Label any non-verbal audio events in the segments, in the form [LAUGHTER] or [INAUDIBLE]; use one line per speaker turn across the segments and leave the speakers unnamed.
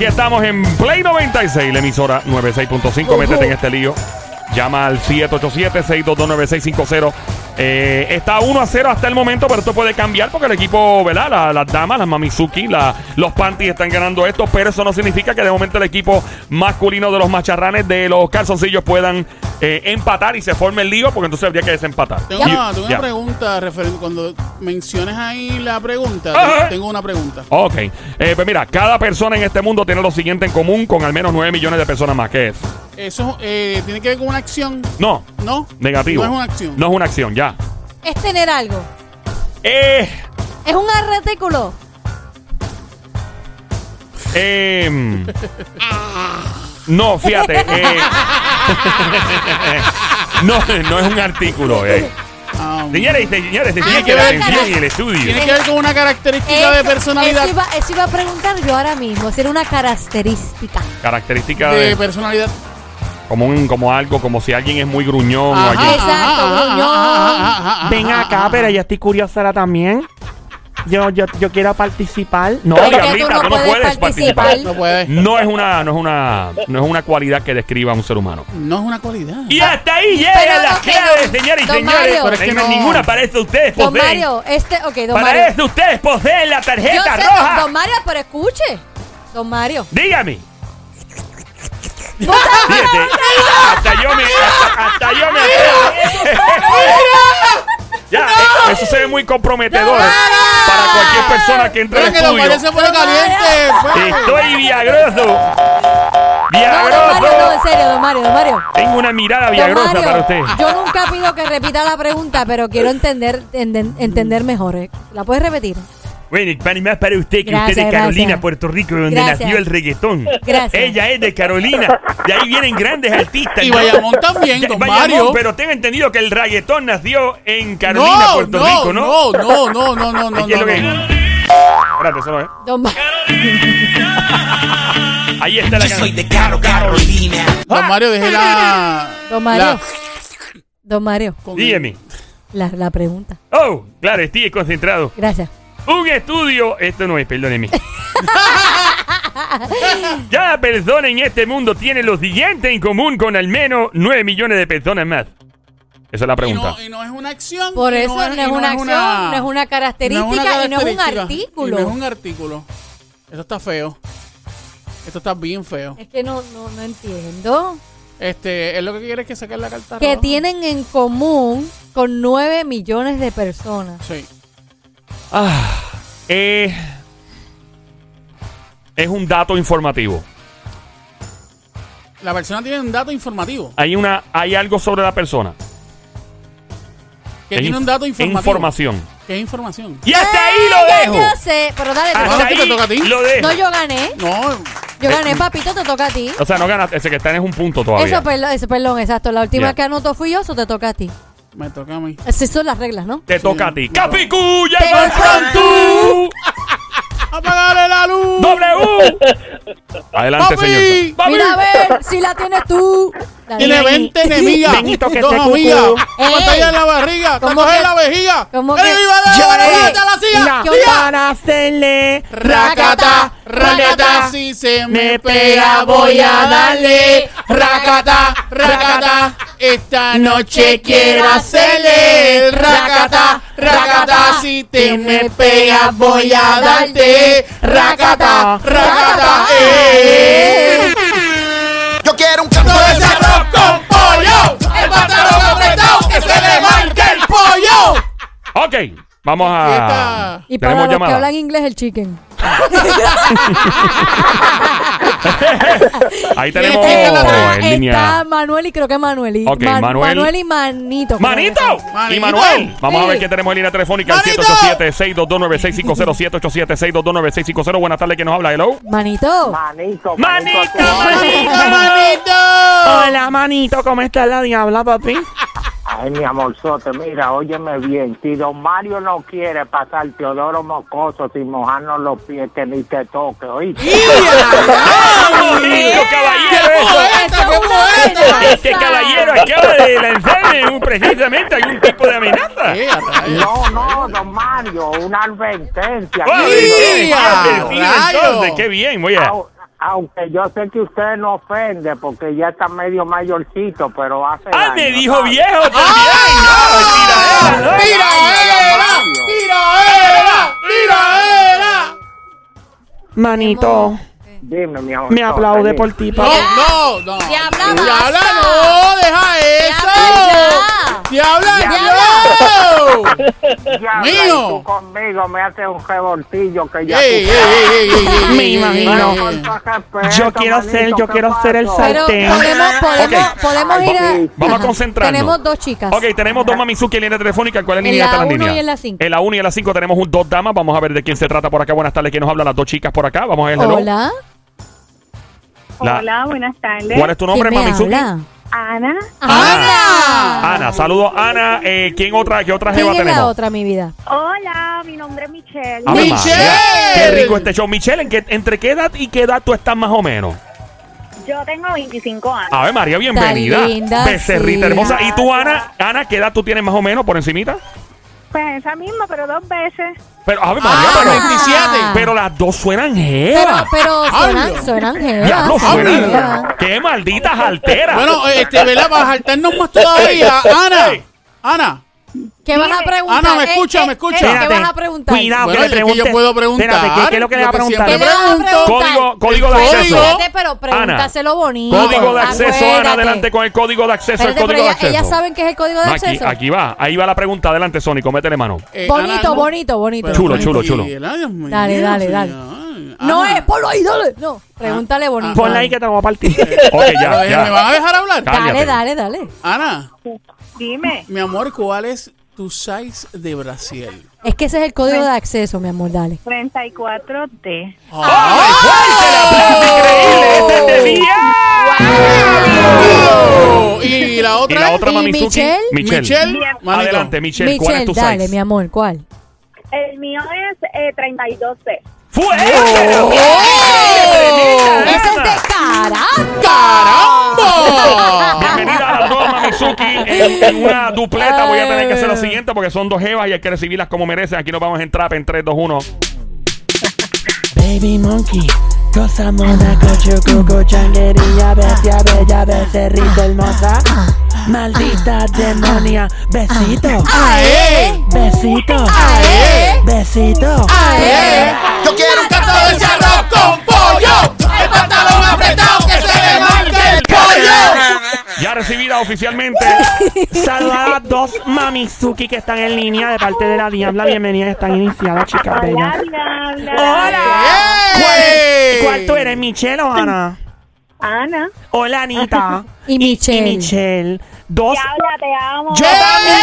estamos en Play 96, la emisora 96.5. Métete en este lío. Llama al 787-622-9650. Eh, está 1 a 0 hasta el momento, pero esto puede cambiar porque el equipo, ¿verdad? La- las damas, las Mamizuki, la- los Panties están ganando esto, pero eso no significa que de momento el equipo masculino de los macharranes, de los calzoncillos, puedan eh, empatar y se forme el lío porque entonces habría que desempatar.
Tengo
Y-
una, tengo una
ya.
pregunta, referido, cuando menciones ahí la pregunta,
Ajá.
tengo- tengo una pregunta.
Ok. Eh, pues mira, cada persona en este mundo tiene lo siguiente en común con al menos 9 millones de personas más. ¿Qué es?
Eso eh, tiene que ver con una acción,
No,
¿no?
negativo.
No es una acción.
No es una acción, ya.
Es tener algo.
Eh,
Es un artículo.
em, no, fíjate. eh, [LAUGHS] no, no es un artículo. Eh.
Ah,
Señores y señores, se tiene
Tiene
que
que
la
ver-
atención y el estudio.
tiene que ver con una característica
Eso-
de personalidad.
Eso iba, eso iba a preguntar yo ahora mismo. Si era una característica.
Característica
De
de
personalidad.
como, un, como algo, como si alguien es muy gruñón o
pues. Ajá,
alguien.
Exacto, gruñón.
ajá,
Ven
ajá,
acá,
ajá.
pero yo estoy curiosa ahora también. Yo, yo, yo quiero participar.
No,
Pero es que
Carlita, tú no puedes participar.
No puede.
No es una, no es una, no es una cualidad que describa a un ser humano.
No es una cualidad.
Y hasta ahí
Pero
llegan
no,
las
que
claves,
don-
señores y
don
señores.
Mario.
Pero
es que no.
ninguna para eso ustedes
Don
poseen.
Mario, este, ok, don
para
Mario.
eso ustedes poseen la
Yo
tarjeta
sé,
roja.
don, don Mario, pero escuche. Don
[LAUGHS]
Mario.
Dígame. Fíjate, hasta yo me hasta, hasta yo me [LAUGHS] ya, eh, eso se ve muy comprometedor eh, para cualquier persona que entre
Pero
al
que lo
estudio.
parece pone caliente. pues.
Estoy viagroso.
No, don Mario, no,
Viagroso.
en serio, don Mario, don Mario.
Tengo una mirada
Don
viagrosa
Mario,
para usted.
yo nunca pido que repita la pregunta, pero quiero entender enden- entender mejor. ¿eh? ¿La puedes repetir?
Bueno, para más para usted que
Gracias,
usted es de Carolina,
gracias.
Puerto Rico, donde
Gracias.
nació el reggaetón.
Gracias.
Ella es de Carolina. De ahí vienen grandes artistas.
Y
¿no?
Bayamón
[LAUGHS]
también,
Ya-
don
Bayamón,
Mario.
Pero tengo entendido que el reggaetón nació en Carolina, Puerto Rico, ¿no?
No, no, no, no, no, no,
Aquí es lo
no,
que-
no.
Espérate, ¿eh? eso no es.
Don Ma-
Ahí está la
Yo soy
canción.
de Caro Carolina.
Don Mario, dejé la.
Don Mario.
la-
Don Mario,
con-
Dígame.
la, la pregunta.
Oh, claro, estoy concentrado.
Gracias.
Un estudio. Esto no es, perdónenme. Cada persona en este mundo tiene lo siguiente en común con al menos 9 millones de personas más. Esa es la
Y
pregunta.
no, y no es una acción.
Por
y
eso no,
y
es una acción, no es una característica
no es una
y no es un
característica,
artículo.
y no es un artículo. Esto está feo. Esto está bien feo.
Es que no, no, no entiendo.
Este, es lo que quieres que sacar la carta.
Que
roja.
tienen en común con 9 millones de personas.
Sí.
Ah, eh, es un dato informativo.
La persona tiene un dato informativo.
Hay una, hay algo sobre la persona.
Que
Es
tiene
inf-
un dato informativo.
Información.
¿Qué es información?
Y hasta ahí
Ah,
lo
ya
dejo. eh.
Yo sé, pero dale.
Ah,
Hasta
Ahora sí te
ahí
toca a ti.
lo dejo.
No, yo gané.
No,
Yo gané, papito, te toca a ti.
O sea, no ganaste. Ese que está en un punto todavía.
Eso, perdón, eso, perdón, exacto. La última
Ya.
que anotó fui yo, eso te toca a ti.
me toca a mí.
Esas son las reglas, ¿no?
Te toca a ti. ¡Capicuya
Te
con
voy
Frontú!
¡Apagale la luz!
¡W! Adelante,
Papi.
señor.
Papi.
Mira a ver si la tienes tú. Dale.
Tiene 20 enemigas.
Benito, que
dos
te
amigas.
cucu.
Una
Ey.
batalla en la barriga. Te
¿Cómo
coge
que-
la vejiga.
cómo
¡Ey,
que-
viva de
eh.
Yo-
la barriga, la
la
silla! ¡Silla!
para hacerle
Racata, racata, si se me pega voy a darle. Racata, racata, esta noche quiero hacerle. Racata, racata, si te me pega voy a darte. Racata, racata, eh.
Yo quiero un
Todo
canto
ese arroz con pollo, el pantalón apretado, que se le marque el pollo.
Ok, vamos
Y
a.
esta-
Y para
Tenemos
los que
llamada.
hablan inglés, el chicken.
[LAUGHS] Ahí
Oh,
tenemos
está,
en línea.
está Manuel y creo que Manuel y,
Ok, Manuel.
Manuel y Manito. creo que
¡Manito!
son.
Y
¡Manito!
Manuel. Vamos a
Sí.
ver qué tenemos en línea telefónica. al
¡Manito!
787-622-9650. 787-622-9650. Buenas tardes, ¿quién nos habla? Hello.
Manito.
Oh,
Manito,
¡Manito,
Manito,
manito!
manito.
Hola, manito, ¿cómo está la diabla, papi?
Ay, mi amorzote, mira, óyeme bien. Si don Mario no quiere pasar Teodoro Mocoso sin mojarnos los pies, que ni te toque, ¿oíste?
¡Vamos, lindo caballero!
poeta, qué
[LAUGHS]
poeta!
Este caballero acaba de lanzarme un- precisamente algún tipo de amenaza.
Eh, a rayos.
No, no, don Mario, una advertencia.
¡Wow!
Que-
¡Sí!
Ah,
¡Rayo!
entonces, ¡Qué bien! Oye,
Au- Aunque yo sé que usted no ofende porque ya está medio mayorcito, pero hace.
¡Ay,
daño,
Ah, me dijo
¿sabe?
viejo también!
¡Ah!
¡No, mentira, eh!
¡Tiraera! ¡Tiraera! ¡Tiraera!
Manito,
Dime, mi amor.
me aplaude por ti, papi.
No, no, no.
Diabla,
Diabla,
basta.
no, deja eso. Diabla, no. mío.
mío. Tú conmigo me haces un revoltillo que ya.
Ey, ey, ey, ey, ey, ey,
Me
ey,
imagino.
ey, ey, ey.
Yo quiero ser- yo quiero ser el sal-
pues, Pero
Sartén.
podemos, podemos,
Ok.
podemos ir a.
Vamos
Ajá.
a concentrarnos.
Tenemos dos chicas.
Ok, tenemos dos Mamizuki en línea telefónica. ¿Cuál es la
En
línea
la
está la
uno
línea?
y en la cinco.
En la 1 y en la 5 tenemos un dos damas. Vamos a ver de quién se trata por acá. Buenas tardes. ¿Quién nos habla? Las dos chicas por acá. Vamos a ver. hello.
Hola.
La-
Hola, buenas tardes.
¿Cuál es tu nombre,
¿Quién me
Mamizuki?
habla?
Ana.
Ah. Ana.
Ana. Saludos, Ana. Eh, ¿Quién otra? ¿Qué otra
¿Quién
jeva
es la
tenemos?
otra, mi vida?
Hola, mi nombre es Michelle.
Ave María,
¡Michelle!
¡Qué rico este show! Michelle, ¿en qué- ¿entre qué edad y qué edad tú estás más o menos?
Yo tengo 25 años.
A ver, María, bienvenida.
Tan linda,
Becerrita
sí.
hermosa. ¿Y tú, Ana? Ana, ¿qué edad tú tienes más o menos por encimita?
Pues esa misma, pero dos veces.
Pero, Ave María,
Ah,
pero,
27.
pero las dos suenan
Pero,
jeva.
pero
Hablo.
suenan, suenan jevas,
Ya no
suenan
Hablo.
jevas.
suenan. ¡Qué malditas alteras!
Bueno, este, ¿verdad? Para saltarnos más todavía. Ana, Ana.
¿Qué vas a preguntar?
Ana, Ah, me escucha,
Eh, eh,
me escucha.
eh, ¿Qué vas a preguntar?
Cuidado,
Bueno,
que
es que
le pregunte.
yo puedo preguntar.
Espérate, ¿qué, qué es lo que le va a
Lo que
preguntar?
¿Qué
siempre
le vas a
pregunto.
preguntar?
Código, código de
Código.
acceso.
Espérate, pero pregúntaselo bonito.
Código de acceso, Ana,
Acuérdate.
adelante con el código de acceso. el
Espérate,
código
pero
de
ella-
acceso.
ellas saben qué es el código de
Aquí,
acceso.
aquí va, ahí va la pregunta. Adelante, Sonic, métele
[LAUGHS]
mano.
Eh,
Bonito,
Ana, no.
bonito, bonito.
Pero
Chulo, chulo, chulo.
tranquila, Dios mío,
Dale, dale, dale.
señor.
No
Ana.
es, ponlo ahí, dale. [LAUGHS] No, pregúntale bonito.
Ponla ahí que te lo voy
[LAUGHS]
a partir.
Ok, ya,
Pero, eh, ¿Me
ya.
van a dejar hablar?
Ca- cállate.
Dale, dale, dale.
Ana,
Dime.
mi amor, ¿cuál es tu size de Brasil?
Es que ese es el código de acceso, mi amor, dale.
34D.
¡Increíble! ¡Este es de diez!
Oh, Y la
Y
otra,
la
es
otra
¿Y
Mamizuki.
Michelle?
Michelle.
Michelle. manito.
Adelante, Michelle, ¿cuál es
Michelle,
tu
dale,
size?
mi amor, ¿cuál?
El mío es eh, 32D.
¡Fuerte!
¡Oh!
¡Ese es de cara!
¡Caramba!
Bienvenida a las dos Mamizuki en, en una dupleta. Voy a tener que hacer lo siguiente porque son dos jevas y hay que recibirlas como merecen. Aquí nos vamos a entrar en 3, 2, 1.
Baby monkey, cosa mona, cocho, coco, changuería, bestia, bella, becerrita hermosa. Maldita demonia, besito,
¡Ae!
besito,
¡Ae!
besito.
¡Ae!
Yo quiero
Un canto de charro con pollo. El pantalón apretado que se le marque el pollo.
Ya recibida
[LAUGHS]
oficialmente.
Saludar a las dos Mamizuki que están en línea de parte de la Diabla. Bienvenidas, están iniciadas, chicas bellas.
Hola, Diabla.
¡Ey!
¿Cuál tú eres, Michelle o Ana?
Ana.
Hola, Anita.
Y Michelle.
Michelle. Dos.
Diabla, te amo.
¡Yo también!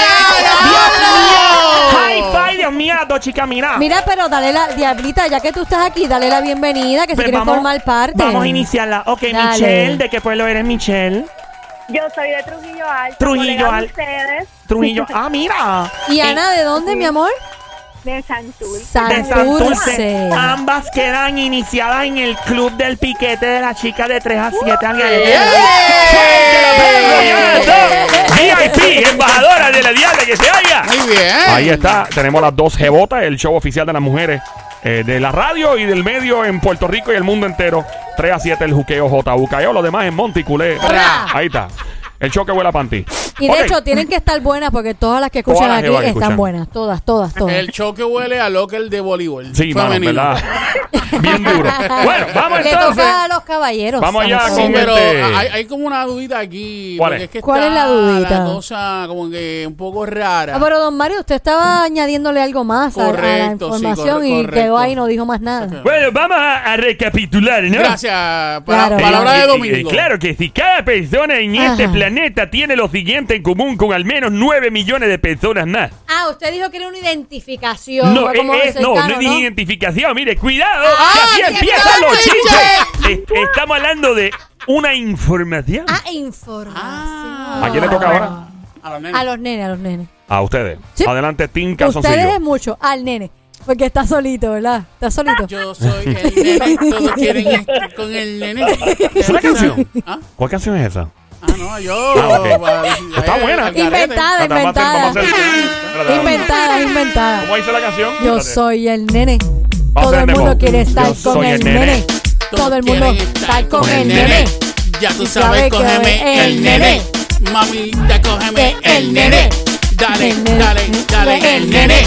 ¡High
¡Diablo!
five! Dios mío, las dos chicas, mira.
Mira, pero dale la, Diablita, ya que tú estás aquí, dale la bienvenida, que se
Pues
quiere formar parte.
Vamos a iniciarla. Ok,
Dale.
Michelle, ¿de qué pueblo eres, Michelle?
Yo soy de Trujillo Alto.
Trujillo
colega de
Alto.
ustedes
[LAUGHS]
Trujillo. Ah, mira.
¿Y Ana de dónde, mi amor?
de Santurce.
de
Santurce.
Santurce. Ambas quedan iniciadas en el club del piquete de las chicas de 3 a 7 años.
VIP, embajadora de la diabla que se haya.
Muy bien.
Ahí está, tenemos las dos jebotas, el show oficial de las mujeres eh, de la radio y del medio en Puerto Rico y el mundo entero. 3 a 7 el juqueo JUKEO, E lo demás en Monticulé.
Ra.
Ahí está. El show que huele a panty.
Y de
Ok.
hecho, tienen que estar buenas porque todas las que escuchan
Todas las
aquí
que van a
están
escuchar.
buenas. Todas,
[LAUGHS]
todas, todas.
El choque huele a local de voleibol.
Sí, mano,
femenino.
¿verdad? Bien duro. Bueno, vamos
[LAUGHS] Le
entonces.
toca a los caballeros.
Vamos allá
Santurce.
Sí,
con-
pero
Este-
hay, hay como una dudita aquí.
¿Cuál
porque
es?
que
¿Cuál
está
es la dudita?
cosa como que un poco rara.
Ah, pero don Mario, usted estaba añadiéndole algo más a- a, la
Correcto, sí,
información
corre-
y
correcto.
quedó ahí y no dijo más nada.
Ok.
Bueno, vamos a, a recapitular, ¿no?
Gracias. Para,
Claro.
Eh,
Palabra
eh,
de
eh,
domingo.
claro que si cada persona en este
Ajá.
planeta tiene lo siguiente en común con al menos 9 millones de personas más.
Ah, usted dijo que era una identificación.
No,
fue como
es- es- no,
cercano,
no es
¿no?
identificación. Mire, cuidado.
Ah,
que
sí,
así empiezan
está
los
el
chistes. Es- estamos hablando de una información.
Ah, información.
¿A quién le toca ahora?
A los nenes.
A los nenes, a los nenes.
A ustedes.
Sí.
Adelante, Tim
Ustedes es
Calzoncillo.
mucho. Al nene. Porque está solito, ¿verdad? Está solito.
Yo soy
[LAUGHS]
el nene. Todos quieren estar con el nene. ¿Es
una canción?
Ah,
¿Cuál canción es esa?
ah, no, yo.
Ah, ok.
para-
Está buena.
al garete.
Inventada,
Espérate, vamos a hacer-
Ah, inventada.
vamos a hacer- espérate, vamos a-
Inventada, inventada.
¿Cómo dice la canción?
Yo
Espérate.
soy el nene.
Vamos
Todo
a hacer
el
demo.
mundo quiere estar
Yo
con
soy
el nene. Todo el mundo
quieres
estar con el nene.
Ya tú
Y
sabes,
sabe que
cógeme el nene. Mamita, cógeme
Que
el nene. Dale,
El nene.
dale, dale, el nene.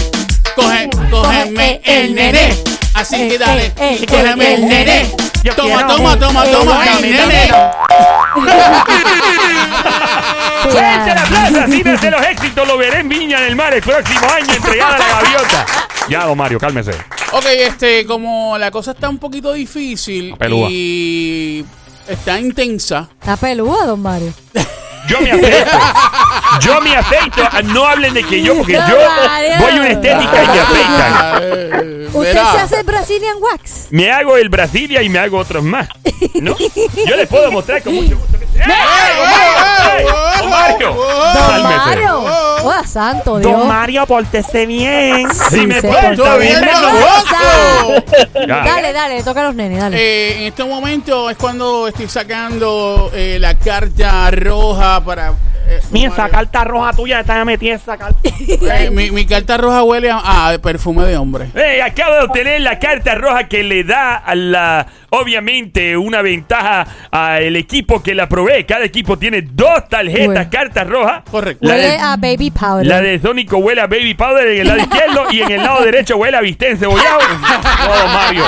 Coge, cógeme el nene. Así
Eh,
que dale,
eh, eh,
cógeme
eh,
el
eh,
nene.
Yo
Toma,
quiero,
toma,
eh,
toma,
eh,
toma,
dame,
el
dame,
nene. [LAUGHS]
¡Fuerte el aplauso! Así desde los éxitos lo veré en Viña del Mar el próximo año entregada a la gaviota. Ya, don Mario, cálmese.
Ok, este, como la cosa está un poquito difícil
Pelúa.
y está intensa.
Está pelúa, don Mario.
Yo me aceito. Yo me aceito. No hablen de que yo, porque yo
Mario.
voy a una estética y me aceitan.
Ah, Eh,
¿Usted
verá.
se hace Brazilian Wax?
Me hago el Brasilia y me hago otros más. ¿No? Yo les puedo mostrar con mucho gusto. que- ¡Eh, eh, eh, don Mario! ¡Eh, don
Don
Mario!
Mario. ¡Oh, santo
Don
Dios!
Mario, pórtese bien.
Si me
Sí,
puedo,
señor.
todo bien.
Todavía no
¡Rosa!
gozo.
Ya.
Dale, dale, toca a los nenes, dale.
Eh, en este momento es cuando estoy sacando eh, la carta roja para. eh,
Mira, esa
Mario.
carta roja tuya está metida en esa carta.
Eh, mi, mi carta roja huele a, a perfume de hombre.
Eh, acabo de obtener la carta roja que le da a la, obviamente, una ventaja al equipo que la provee. Cada equipo tiene dos tarjetas,
Bueno.
cartas rojas.
Correcto.
La
Huele
de-
a Baby Powder.
La de Sónico huele a Baby Powder en el lado izquierdo y en el lado derecho huele a Vistén Cebollado. Todo Mario.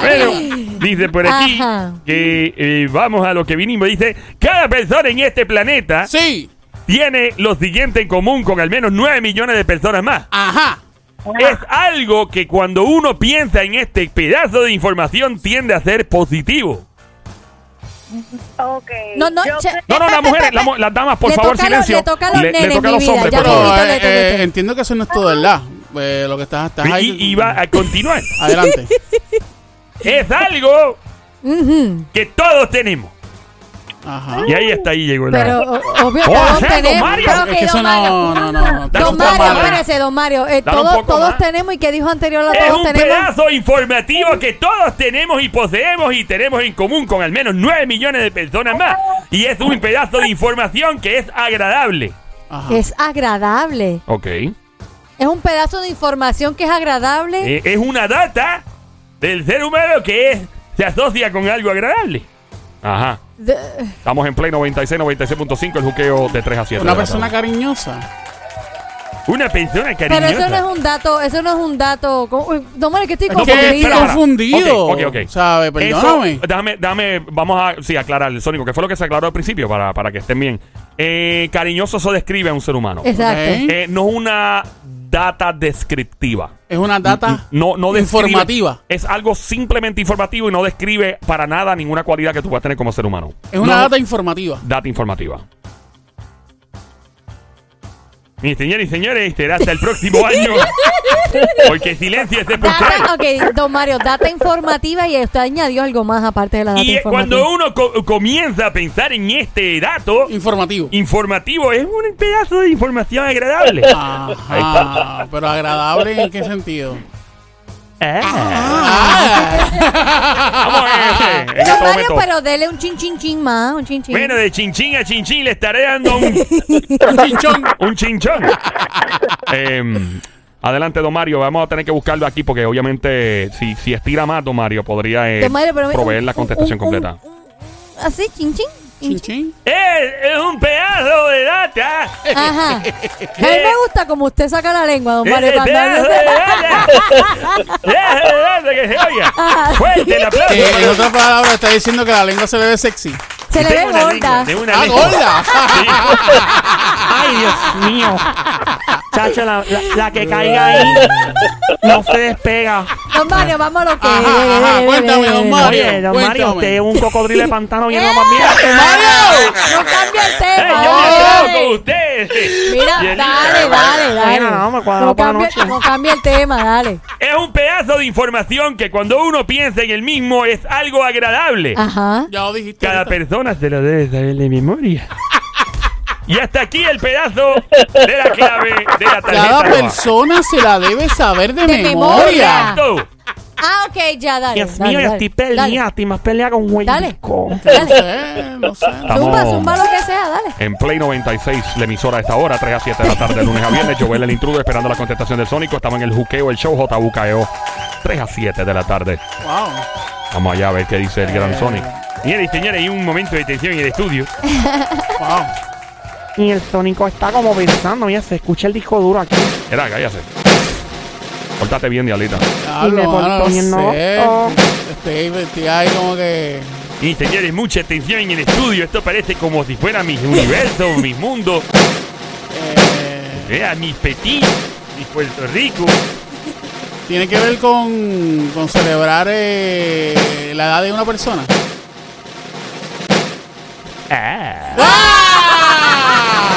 Bueno, dice por aquí
Ajá.
que eh, vamos a lo que vinimos. Dice, cada persona en este planeta
Sí.
tiene lo siguiente en común con al menos 9 millones de personas más.
Ajá.
Es algo que cuando uno piensa en este pedazo de información tiende a ser positivo.
Ok.
No, no,
yo
che-
creo-
No, no, las mujeres, la mu- las damas, por
Le
favor,
toca a los-
silencio.
le toca a los nenes, mi vida, ya
por
me
favor.
Pero
Ahorita le
eh,
toca a
eh,
usted.
entiendo que eso no es todo, ¿verdad? Eh, lo que estás, estás ahí.
Y, y va a continuar.
Adelante.
es algo
Ujú.
que todos tenemos.
Ajá.
Y ahí está, ahí llegó la.
Pero, o- obvio,
Oh,
todos
¿sí, don
tenemos.
Mario?
Pero
Es que eso
don Mario-
no, no, no, no.
Dale
Don
un
Mario,
poco más.
espérese, don Mario. Eh,
Dale un
todos
poco
todos
más.
tenemos, y que dijo anterior,
es
todos
un
tenemos.
pedazo informativo que todos tenemos y poseemos y tenemos en común con al menos 9 millones de personas más. Y es un pedazo de información que es agradable.
Ajá.
Es agradable.
Ok.
Es un pedazo de información que es agradable.
Eh, es una data del ser humano que es- se asocia con algo agradable. Ajá.
De-
Estamos en Play 96, 96.5, el juqueo de 3 a 7.
Una persona cariñosa.
Una persona cariñosa.
Pero eso no es un dato, eso no es un dato. ¿cómo? Uy, Don Mario, que estoy
No, porque-
Que estoy
espera,
confundida.
ahora.
confundido.
Ok, ok, ok.
¿Sabe?
Eso-
Perdóname.
dame, dame, vamos a sí, aclarar, Sónico, que fue lo que se aclaró al principio para, para que estén bien. Eh, cariñoso eso describe a un ser humano.
Exacto.
Ok.
Eh, no es una data descriptiva.
Es una data
Mm, No, no describe-
informativa.
Es algo simplemente informativo y no describe para nada ninguna cualidad que tú vas a tener como ser humano.
Es una
No,
data informativa.
data informativa. Mis señores y señores, será hasta el próximo
[LAUGHS]
año. Porque silencio es sepulcral.
Data, Ah, ok, don Mario, data informativa y usted añadió algo más aparte de la data
Y eh,
informativa.
cuando uno co- comienza a pensar en este dato
Informativo.
informativo, es un pedazo de información agradable.
[LAUGHS]
Ahí está.
Ajá, pero agradable en qué sentido.
Eh.
Ah,
Vamos eh, en
Don
este
Mario,
momento.
pero dele un chin chin chin más, un chin chin.
Bueno, de chinchín a chinchín le estaré dando un,
[LAUGHS]
Un chinchón.
un chinchón. Em, adelante, don Mario. Vamos a tener que buscarlo aquí porque obviamente si, si estira más, don Mario, podría eh,
Don Mario, pero-
proveer
un-
la
un-
contestación
un-
completa.
un- un- así, chin chin. chin, chin.
Chinchín.
¡Eh! Es, es un pedazo de data. [LAUGHS]
Ajá. A mí me gusta como usted saca la lengua, don
Ese
Mario. para
pedazo
andar-
de
[LAUGHS]
data. Pedazo de data que se oiga.
Ah,
Fuerte el aplauso.
Que, en
para-
otras palabras, está diciendo que la lengua se le ve sexy.
Se le ve
Tengo una
gorda.
lengua, tengo una
¡Ah,
lengua.
gorda!
Ay, Dios mío. Chacho, la, la- la que caiga ahí no se despega.
Don Mario, vamos a lo que. eh,
Ajá,
dele,
ajá,
dele,
cuéntame,
dele,
don
dele.
Mario.
Oye, don Mario,
cuéntame.
usted es un cocodrilo de pantano bien
¡Eh! [LAUGHS]
mamá.
¡Mario!
No cambia el
¡Ey,
tema.
Eh, yo me
dale.
quedo con ustedes!
Mira,
Bien.
dale, dale, dale.
Mira, no, me cuadró
No
para la
cambia,
noche.
no cambia el tema, dale.
Es un pedazo de información que cuando uno piensa en el mismo es algo agradable.
Ajá.
[LAUGHS] Ya lo dijiste.
Cada
ahorita.
persona se lo debe saber de memoria. y hasta aquí el pedazo de la clave de la tarjeta.
Cada
roja.
persona se la debe saber de,
De memoria.
memoria.
Tú.
Ah, ok, ya, dale.
Dios
dale,
mío, yo
dale,
estoy
dale.
ah,
peleada, estoy más peleada con un
Dale.
No sé, Eh, no sé.
Zumba,
Estamos-
zumba lo que sea, dale.
En Play 96, la emisora a esta hora, 3 a 7 de la tarde, lunes a viernes. Joel el intruso esperando la E contestación del Sónico. Estaba en el juqueo, el show JUKEO, 3 a 7 de la tarde.
Wow.
Vamos allá a ver qué dice el gran Sonic. Señores y señores, hay un momento de tensión en el estudio.
Wow. Y el sónico está como pensando, mira, se escucha el disco duro aquí.
Era, cállate. Cortate bien, Diablita.
Y me portó bien, ¿no? Oh.
Este, este, ahí como que.
Y señores, mucha atención en el estudio. Esto parece como si fuera mis universos, mis mundos.
eh,
Vea, mis petit, mis Puerto Rico.
tiene que ver con, con celebrar eh, la edad de una persona.
Ah.
¡Ah!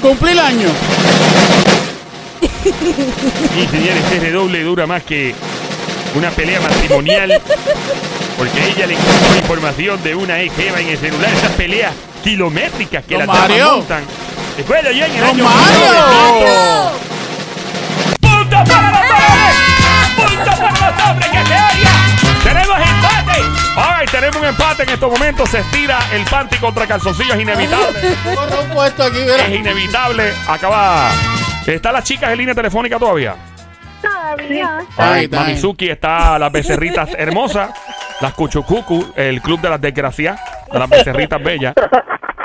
Cumplí el año.
Y señores, este doble dura más que una pelea matrimonial. Porque ella le encontró información de una ex jeva en el celular. Esas peleas kilométricas que
Don
las damas
Mario.
montan. Recuerdo yo en el
Don
año
Mario.
1900. ¡Punto para los hombres! ¡Punto para los hombres que se odia! este ¡Tenemos empate! ¡Ay, tenemos un empate en estos momentos! Se estira el panty contra calzoncillos, es inevitable.
Corro un puesto aquí,
es
mira.
inevitable. Acaba. ¿Están las chicas en línea telefónica todavía?
Todavía.
Ay,
Ay, ay.
Mamizuki está las
[LAUGHS]
becerritas hermosas, las Cuchucucu, el club de las desgracias, de las becerritas bellas.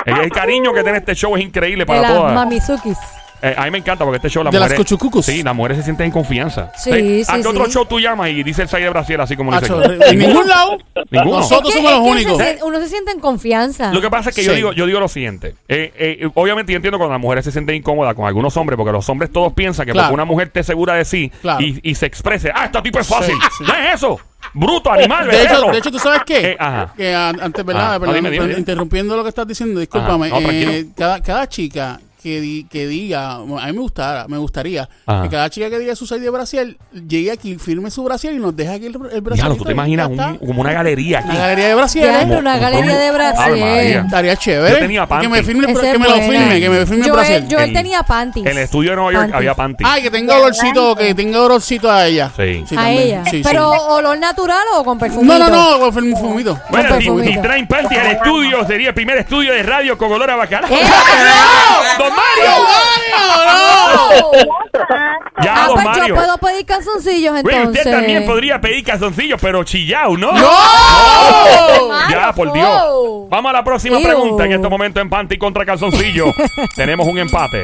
El, el cariño que tiene este show es increíble
De
para
las
todas.
mamizukis.
Eh, a mí me encanta porque este show las
De las
mujeres.
cuchucucus.
Sí, las mujeres se sienten en confianza. Eh,
Sí, sí,
¿A qué otro
sí.
show tú llamas y dice el 6 de Brasil así como lo dice?
Acho,
aquí?
en ningún lado.
Ninguno.
Nosotros somos los
que se
únicos.
sien- uno se siente en confianza.
Lo que pasa es que yo
Sí.
digo, yo digo lo siguiente. Eh, eh, obviamente yo entiendo cuando las mujeres se sienten incómodas con algunos hombres, porque los hombres todos piensan que
Claro.
porque una mujer te segura de sí
Claro.
y, y se exprese, ah, este tipo es fácil.
Sí, sí.
No es eso. Bruto, animal,
De hecho,
becerro.
de hecho, ¿tú sabes qué?
Eh, ajá.
Que an- antes,
Ah,
¿verdad?
no,
Perdón,
dime, dime,
per-
dime.
Interrumpiendo lo que estás diciendo, discúlpame.
Ajá, no,
eh,
tranquilo.
cada, cada chica que, di- que diga, a mí me gustara, me gustaría,
Ajá.
que cada chica que diga su 6 de Brasil, llegue aquí, firme su Brasil y nos deje aquí el, el Brasil.
Diablo, tú te imaginas un- como una galería aquí.
Una galería de Brasil.
Ya,
¿eh?
pero una galería de
Ave María.
Brasil.
Estaría chévere.
Yo tenía panty.
que me firme, el-
Esa
que
es
me lo
buena.
firme, que me firme
Joel-
el Brasil.
Joel
El-
tenía panties.
En el estudio de Nueva York
Panty.
había panty.
Ay, que tenga olorcito, que tenga olorcito a ella.
Sí.
a
también.
ella.
Sí, sí.
Pero olor natural o con perfume.
No, no, no, con firme- fumito.
bueno,
con
si,
perfumito.
si traen panty al estudio, sería el primer estudio de radio con olor a bacalao.
¡Eh,
[LAUGHS] ¡Don Mario!
Oh,
Ya,
Ah,
don
pues yo
Mario.
puedo pedir calzoncillos
Güey,
entonces.
usted también podría pedir calzoncillos, pero chillao, ¿no?
¡Oh!
¡Oh!
Oh,
¡No!
Ya, por Dios. Vamos a la próxima
Ew.
pregunta. En este momento en Panty contra
[LAUGHS]
Calzoncillo tenemos un empate.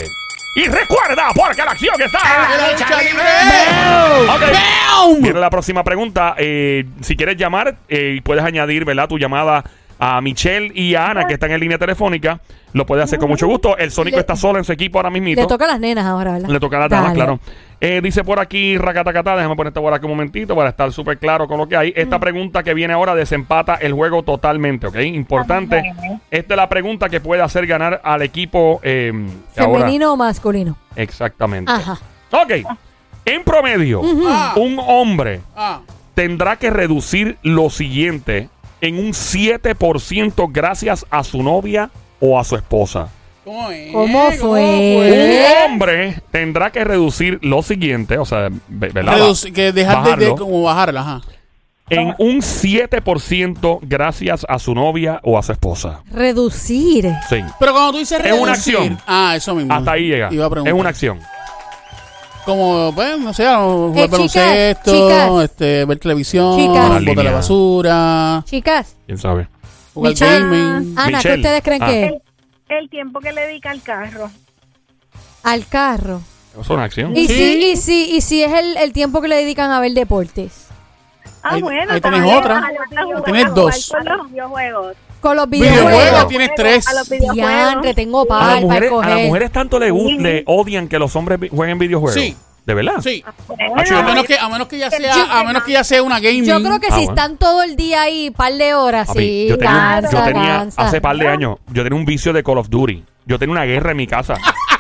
Y recuerda, porque la acción está.
¡La lucha libre!
Ok.
¡Bam!
Viene la próxima pregunta. Eh, si quieres llamar, eh, puedes añadir, ¿verdad? Tu llamada a Michelle y a Ana, que están en línea telefónica. Lo puedes hacer con mucho gusto. El Sónico está solo en su equipo ahora mismito.
Le toca a las nenas ahora, ¿verdad?
Le toca a la dama,
Dale.
claro. Eh, dice por aquí, racatacatá, déjame ponerte por aquí un momentito para estar súper claro con lo que hay.
Mm.
Esta pregunta que viene ahora desempata el juego totalmente, ¿ok? Importante. Esta es la pregunta que puede hacer ganar al equipo eh, que ahora.
Femenino o masculino.
Exactamente.
Ajá.
Ok. En promedio,
Ah.
un hombre
Ah.
tendrá que reducir lo siguiente en un 7% gracias a su novia o a su esposa.
¿Cómo, es?
¿Cómo fue?
Un hombre tendrá que reducir lo siguiente, o sea, ve- ¿verdad?
Reduc- que dejar de- de,
Bajarlo.
como bajarla, ajá.
en un 7% gracias a su novia o a su esposa.
Reducir.
Sí.
Pero cuando tú dices
Es una
reducir-
acción.
Ah, eso mismo.
Hasta ahí llega.
Iba a preguntar.
Es una acción.
Como, pues, no sé, a lo mejor jugar
Eh, chicas,
baloncesto,
chicas.
este, ver televisión,
Chicas.
La
botar la
línea.
basura,
Chicas,
¿Quién sabe?
jugar
Michelle.
gaming.
Ana, ¿qué
Michelle.
ustedes creen
Ah.
que es?
El, el tiempo que le dedica al carro.
Al carro.
Eso es una acción.
Y
Sí.
si, y si, y si es el, el tiempo que le dedican a ver deportes.
Ah,
Ahí-
bueno. Ah,
ahí
también
tenés otra.
a los videojuegos,
Tenés
a jugar
dos.
con los videojuegos.
Con los
Videojuegos,
videojuegos.
tienes tres.
A los
Diantre,
videojuegos.
tengo
A las,
pal para
mujeres, a las
coger.
mujeres tanto le, gu- le odian que los hombres vi- jueguen videojuegos.
Mm. Sí.
¿De verdad?
Sí.
Bueno,
Ah,
A menos que, a menos que ya sea, a menos que ya sea una gaming.
Yo creo que
Ah,
si
bueno.
están todo el día ahí, par de horas,
Papi,
sí,
yo tenía,
cansa,
yo tenía
cansa.
hace par de años, yo tenía un vicio de Call of Duty. Yo tenía una guerra en mi
[LAUGHS]
casa.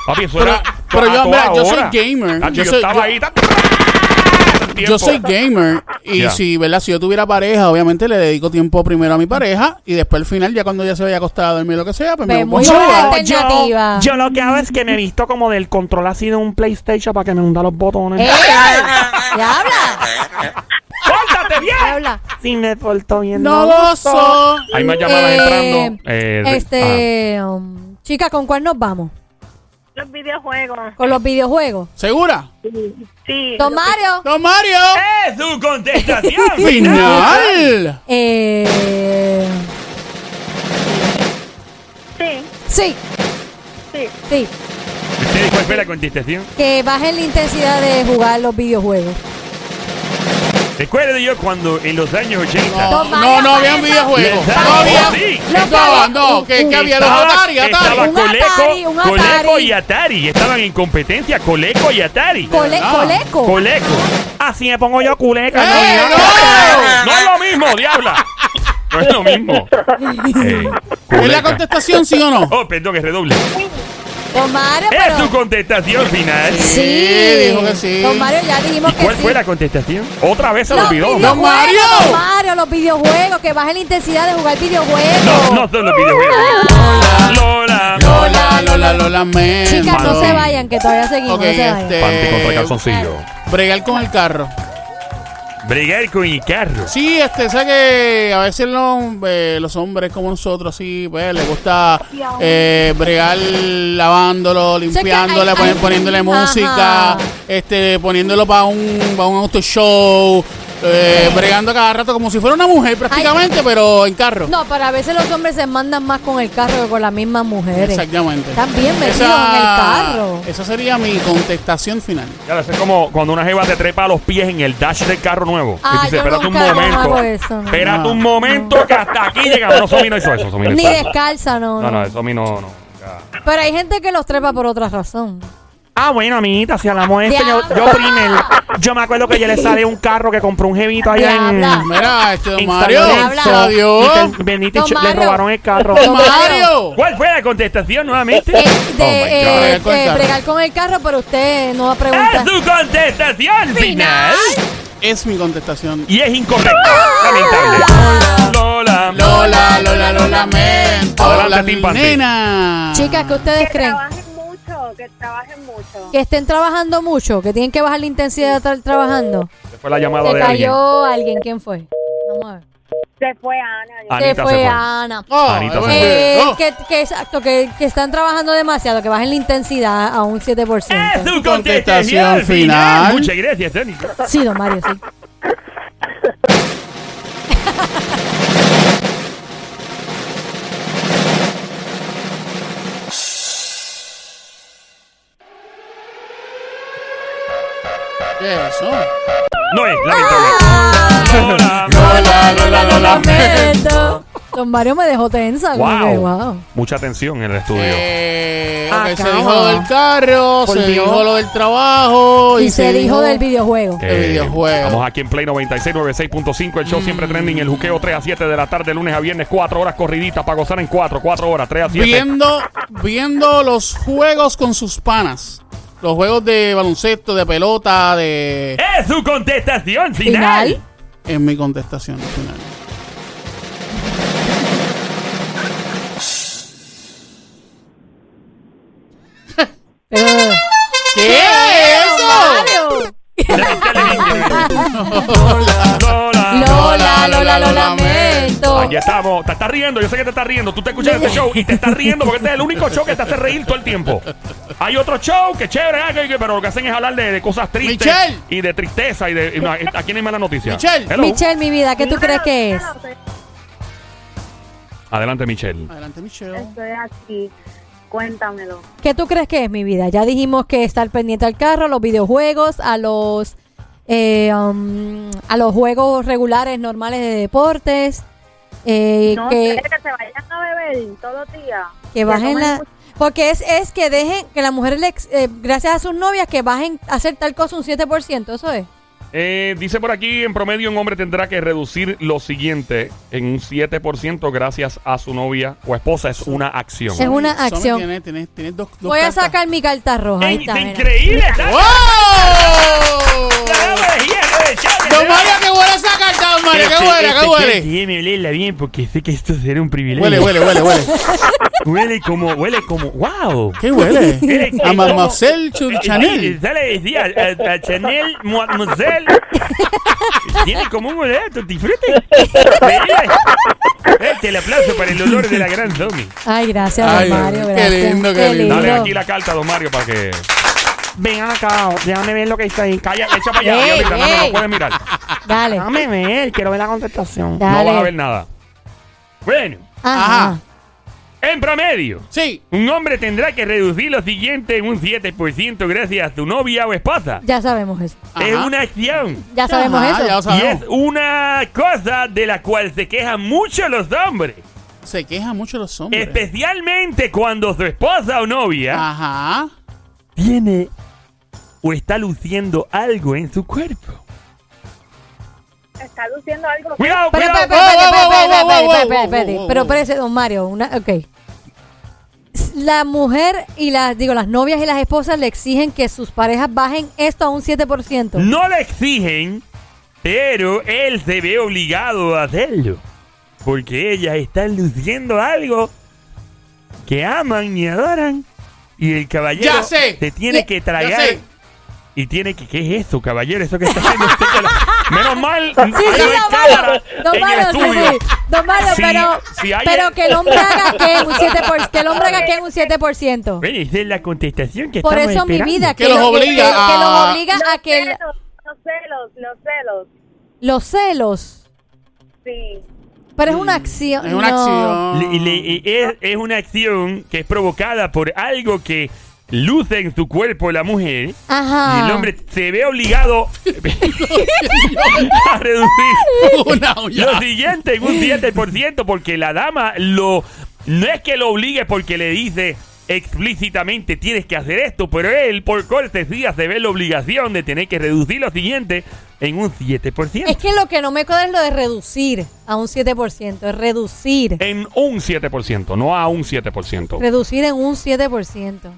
Papi, eso
Pero-
era
pero
a
yo,
toda
mira, yo soy
hora.
gamer.
Ah,
Yo
yo,
soy-
estaba
yo-
ahí. ta-
Yo soy gamer y
Ya.
si, ¿verdad? Si yo tuviera pareja, obviamente le dedico tiempo primero a mi pareja y después al final, ya cuando ya se vaya acostada a dormir lo que sea, pues me
Ve, muy
voy a
buena
jugar.
yo,
alternativa.
yo lo que hago es que me
[LAUGHS]
visto como del control así de un PlayStation para que me hunda los
[LAUGHS]
botones.
¡Eh! ¡Ya habla!
¡Pórtate bien!
¡Ya habla!
Si me porto bien.
No gozo.
Hay más llamadas
Eh,
entrando. Eh,
Este. um, chicas, ¿con cuál nos vamos?
Los videojuegos.
Con los videojuegos.
¿Segura?
Sí.
Don Mario.
¡Don Mario!
¡Es tu contestación
[LAUGHS] ¡Final!
Eh,
Sí,
sí,
sí.
sí.
¿Usted cuál fue la contestación?
Que bajen la intensidad de jugar los videojuegos.
Recuerdo yo cuando en los años 80
No, no, no había un videojuego.
Los
No había.
Atari.
No, no, que, que había los Atari,
estaba
Atari.
Un Atari,
Coleco,
un
Coleco
Atari.
y Atari. Estaban en competencia Coleco y Atari.
Cole-
verdad.
coleco.
Coleco.
Así me pongo yo culeca. no,
¡Eh, no!
no.
No es lo mismo, diabla. No es lo
[LAUGHS]
mismo. Eh,
¿Es la
Coleco.
contestación, sí o no?
Oh, perdón, es redoble.
Don Mario,
Es tu
pero...
contestación final.
Sí.
dijo que sí.
Don Mario, ya dijimos que
¿Cuál
sí.
fue la contestación? Otra vez se lo
Los
olvidó.
videojuegos,
Mario.
Don Mario, los videojuegos, que bajen la intensidad de jugar videojuegos.
No, no son los videojuegos. Lola.
Lola, Lola, Lola, men.
Chicas, no se vayan, que todavía seguimos.
Ok,
no se vayan.
Panty contra
este.
calzoncillo.
Bregar con el carro.
Brigar con el carro.
Sí, este, sé que a veces los, eh, los hombres como nosotros, sí, pues les gusta eh, bregar lavándolo,
que hay-
limpiándole,
hay-
poni- poniéndole
ajá.
música, este, poniéndolo para un, pa' un auto show, eh, bregando cada rato como si fuera una mujer prácticamente, pero en carro.
No, pero a veces los hombres se mandan más con el carro que con las mismas mujeres.
Exactamente.
Están bien metidos en el carro.
Esa sería mi contestación final.
Ya es como cuando una jeva te trepa a los pies en el dash del carro nuevo.
Ah,
Y dice,
yo
espérate un
nunca hago
momento.
eso, no.
Espérate un momento que hasta aquí llegamos. No, Somi no hizo eso. Somi no
Ni
hizo eso.
descalza, no.
No,
no.
no, Somi no, no. Ya.
Pero hay gente que los trepa por otra
[LAUGHS]
razón.
Ah, bueno, amiguita, si hablamos de eso, yo, yo
Diabla.
primer. Yo me acuerdo que yo le salí un carro que compró un jevito allá en.
Diabla.
Mira, este don
en San
Mario,
Lorenzo.
adiós.
Y te- Bendito, y
Don
cho- le
Mario.
robaron
[LAUGHS]
el carro.
Don
Don Mario.
Mario.
¿Cuál fue la contestación nuevamente?
[LAUGHS] Eh,
Oh my God.
de eh,
Bregar con el
eh,
carro.
bregar con el carro, pero usted no va a
Es
preguntar.
tu contestación final.
Es mi contestación.
Y es incorrecta.
[LAUGHS]
Lamentable. Lola.
Lola, Lola, lo lamento.
Adelante,
la
Team Panty.
nena.
Chicas, ¿qué ustedes
Que
creen?
trabajen mucho, que trabajen mucho.
Que estén trabajando mucho, que tienen que bajar la intensidad de estar trabajando.
Se fue la llamada
Se
de alguien.
cayó alguien. ¿Quién fue? Vamos a ver.
Se fue Ana. yo-
Anita
se fue
se fue.
Ana.
Oh,
Anita
bueno.
Eh,
Oh.
que, que exacto, que, que están trabajando demasiado, que bajen la intensidad a un 7%.
Es tu
Contestación
contestación
final.
final. Muchas gracias, Tony.
Sí, don Mario, sí.
¿Qué es eso?
No es,
[LAUGHS]
lamentable. Lola.
Lola, Lola, lo [LAUGHS] lamento.
Don Mario me dejó tensa. como que,
Wow.
wow.
Mucha tensión en el estudio.
Eh, ok,
Ah,
se
caramba.
dijo del carro,
Por
se
Dios.
dijo lo del trabajo
Y se dijo del videojuego.
de videojuegos.
Estamos Eh, aquí en Play 96, 96.5. El show siempre trending. El juqueo 3 a 7 de la tarde, lunes a viernes. 4 horas corriditas para gozar en 4. 4 horas, 3 a 7.
Viendo, viendo los juegos con sus panas. Los juegos de baloncesto, de pelota, de...
Es su contestación final.
Final.
Es mi contestación final.
[LAUGHS] Eh,
¿Qué es
don
eso?
Mario.
Lola.
Lola,
Lola,
Lola,
lo
lo lamento.
Aquí estamos. Te estás riendo. Yo sé que te estás riendo. Tú te escuchas este show y te estás riendo porque este es el único show que te hace reír todo el tiempo. Hay otro show que es chévere, ah, que- que- pero lo que hacen es hablar de, de cosas tristes
Michelle.
y de tristeza y de. y no, aquí no hay mala noticia.
Michelle.
Hello.
Michelle, mi vida, ¿qué tú crees que es?
Adelante, Michelle.
[LAUGHS] Adelante, Michelle.
Estoy aquí. Cuéntamelo.
¿Qué tú crees que es mi vida? Ya dijimos que estar pendiente al carro, a los videojuegos, a los eh, um, a los juegos regulares normales de deportes, eh,
No
que,
sé, que se vayan a beber todo día.
que bajen
tomen
la
mucho.
porque es, es que dejen que las mujeres le ex- eh, gracias a sus novias que bajen a hacer tal cosa un 7%, eso es.
Eh, dice por aquí, en promedio un hombre tendrá que reducir lo siguiente en un 7% gracias a su novia o esposa. Es una acción.
Es una
Somi,
acción.
Tienes, tienes, tienes dos, dos
Voy a
cartas.
sacar mi carta roja, ahí
¡Ey,
está.
está
mira.
increíble! está-
¡Wow! ¡Oh!
¡Está de hierro, de chavo,
Don
de-
Mario, qué buena esa carta, don
Este,
Mario, qué buena, qué huele.
Déjeme olerla bien porque sé que esto será un privilegio.
Huele, huele, huele, huele.
Huele como, huele como, wow.
¿Qué huele? [LAUGHS]
Huele
A
como-
Mademoiselle Ch-
Sí,
Chanel.
Sale decía a, a Chanel, mademoiselle. Tiene como un olor a tutti frutti. Bebida,
Este, El teleplazo para el olor de la gran zombie.
Ay, gracias,
Ay,
don Mario.
qué
gracias.
lindo, qué lindo.
Dale aquí la carta, don Mario, para que.
Ven acá, déjame ver lo que está ahí.
Calla, echa para allá,
Ey,
Diablita, no, no, no
ey.
puedes mirar.
Dale.
Déjame ver, quiero ver la contestación.
No
Dale.
vas a ver nada. Bueno,
Ajá.
Ajá.
en promedio,
Sí.
un hombre tendrá que reducir lo siguiente en un 7% gracias a su novia o esposa.
Ya sabemos eso.
Es
Ajá.
una acción.
Ya sabemos
Ah,
Ajá,
eso.
Ya lo
Y es
sabemos.
una cosa de la cual se quejan mucho los hombres.
Se quejan mucho los hombres.
Especialmente cuando su esposa o
Ah.
novia
Ajá.
tiene o está luciendo algo en su cuerpo.
Está luciendo algo.
Cuidado,
Pero,
cuidado.
espérate, espérate,
wow, wow,
espérate,
wow,
espérate,
wow,
espérate,
wow,
espérate,
wow, wow,
Pero
wow.
espérese, don Mario, una, ok. La mujer y las, digo, las novias y las esposas le exigen que sus parejas bajen esto a un 7%.
No le exigen, pero él se ve obligado a hacerlo. Porque ellas están luciendo algo que aman y adoran. Y el caballero
Ya sé.
se tiene
Ya-
que
Ya
tragar.
sé.
Y tiene que. ¿Qué es eso, caballero? Eso que está haciendo usted con la- Menos mal. ahí
Sí, sí,
no hay
don
cámara
Mario,
en
don
el
Mario, sí,
estudio.
sí. Don Mario,
Si-
pero,
si hay-
pero que el hombre haga que un 7%, que el hombre
[LAUGHS]
haga que un 7%.
Bueno, esa es la contestación que
Por
estamos
eso mi
esperando.
vida,
Que los
lo-
obliga
que- que
a-
los obliga a que el-
Celos, los celos, los celos.
los celos,
Sí.
pero es una acción.
Es una
no.
Le-
acción.
le- y es, es una acción que es provocada por algo que luce en su cuerpo la mujer.
Ajá.
Y el hombre se ve
[LAUGHS]
obligado [LAUGHS] a reducir
[LAUGHS] Una
lo
olla.
siguiente en un 7% porque la dama lo no es que lo obligue porque le dice explícitamente tienes que hacer esto, pero él por cortesía se ve la obligación de tener que reducir lo siguiente en un 7%.
Es que lo que no me cuadra es lo de reducir a un 7%, es reducir.
En un 7%, no a un 7%.
Reducir en un 7%.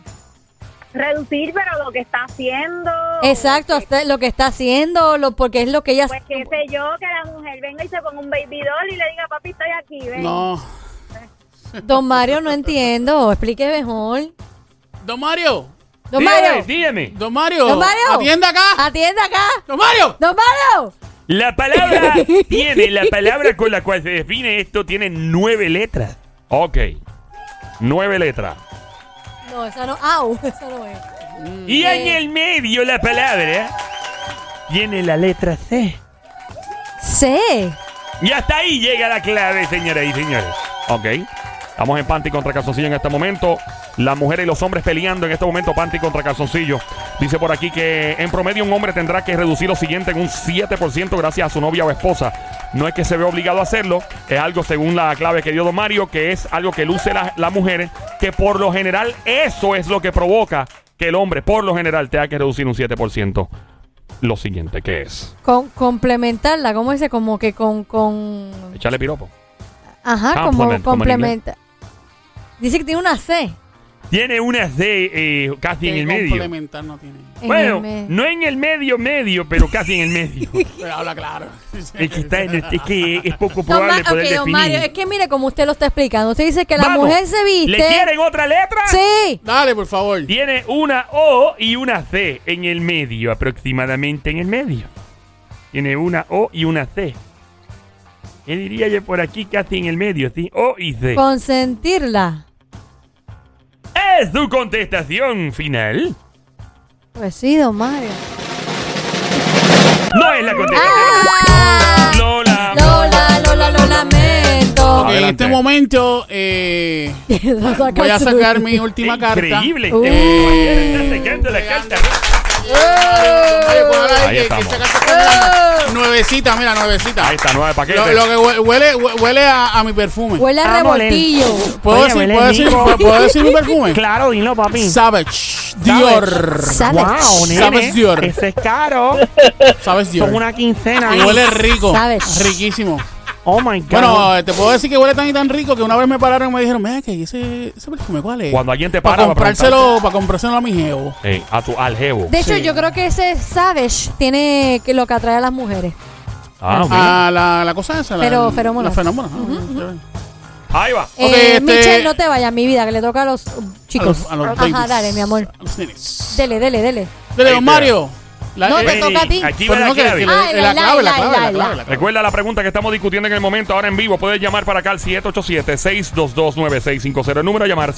Reducir, pero lo que está haciendo.
Exacto, hasta lo que está haciendo, lo, porque es lo que ella...
Pues qué sé yo, que la mujer venga y se ponga un baby doll y le diga, papi, estoy aquí, ven.
No.
Don Mario, no entiendo, explique mejor.
Don Mario.
Don
Dígame,
Mario,
dígame.
Don Mario.
don Mario.
Atienda acá.
Atienda acá.
Don Mario.
Don Mario.
La palabra tiene, la palabra con la cual se define esto tiene nueve letras. Ok. Nueve letras.
No, esa no, au, [LAUGHS] esa no es.
Y en el medio la palabra tiene la letra C.
Sí.
Y hasta ahí llega la clave, señoras y señores. Ok. Estamos en Panty contra Calzoncillo en este momento. Las mujeres y los hombres peleando en este momento Panty contra Calzoncillo. Dice por aquí que en promedio un hombre tendrá que reducir lo siguiente en un 7% gracias a su novia o esposa. No es que se ve obligado a hacerlo, es algo según la clave que dio Don Mario, que es algo que luce la, la mujer, que por lo general eso es lo que provoca que el hombre por lo general tenga que reducir un 7%. Lo siguiente que es.
Con, complementarla, ¿cómo dice? Como que con... con
Echarle piropo.
ajá,
Complement,
como
como en
complementa. Dice que tiene una C.
Tiene una C eh, casi en
Que
el medio.
complementar no tiene.
en
Bueno,
el medio.
no en el medio medio, pero casi en el
[LAUGHS]
medio.
Pero habla claro.
[LAUGHS] es, que está en el- es que es poco
Don
probable
Ma-
poder
ok, don
definir.
Mario, es que mire como usted lo está explicando. Usted dice que la
Vamos,
mujer se viste.
¿Le quieren otra letra?
Sí.
Dale, por favor.
Tiene una O y una C en el medio, aproximadamente en el medio. Tiene una O y una C. ¿Qué diría yo por aquí casi en el medio? ¿sí? O y C.
Consentirla.
¿Es su contestación final?
Pues sí, don Mario.
No es la contestación.
Ah,
Lola.
Lola, Lola, lo lamento.
[LAUGHS] Ok, en
Adelante.
este momento eh,
Lo saca
voy a
su-
sacar mi última carta. Uh.
Increíble. Este
Uy.
Está sacando la carta.
Ay, por ahora hay
Ahí
que-
estamos.
que sacar esta- Nuevecita, mira, nuevecita.
Ahí está, nueve
Lo,
paquetes.
lo que hue- huele, hue- huele a, a mi perfume.
Huele a
Vamos, Lela.
revoltillo.
¿Puedo,
Oye,
decir,
huele
¿puedo, decir,
rico.
¿Puedo decir mi perfume?
[LAUGHS] Claro, dilo, papi.
Savage Dior.
Savage.
Wow, nene.
Sabes Dior.
Ese es caro.
Savage Dior.
Son una quincena.
Y huele rico.
Savage.
Riquísimo.
Oh my God.
Bueno, eh, te puedo decir que huele tan y tan rico que una vez me pararon y me dijeron, mira, que ese, ese perfume, ¿cuál es?
Cuando alguien te para,
para
va a
comprárselo, para comprárselo a mi jevo.
Eh, a tu al jevo.
De hecho,
Sí.
yo creo que ese Savage tiene que lo que atrae a las mujeres.
Ah, mira.
A la, la cosa esa, la,
Pero feromonas.
La fenómona. Ah, chévere.
Ahí va.
Ok,
Eh,
este-
Michelle, no te vayas, mi vida, que le toca a los uh,
A
chicos.
los, a los
Ajá,
babies.
dale, mi amor.
A los nenes.
Dele, dele, dele.
Dele,
Ahí
don
te va.
Mario. La-
No, te
eh,
toca a ti.
Aquí
pero
va
no,
la
que-
clave.
que le-
Ah, el like,
la clave, la
like,
clave,
like,
la clave,
like.
la clave.
Recuerda la pregunta que estamos discutiendo en el momento, ahora en vivo. Puedes llamar para acá al 787-622-9650. El número a llamar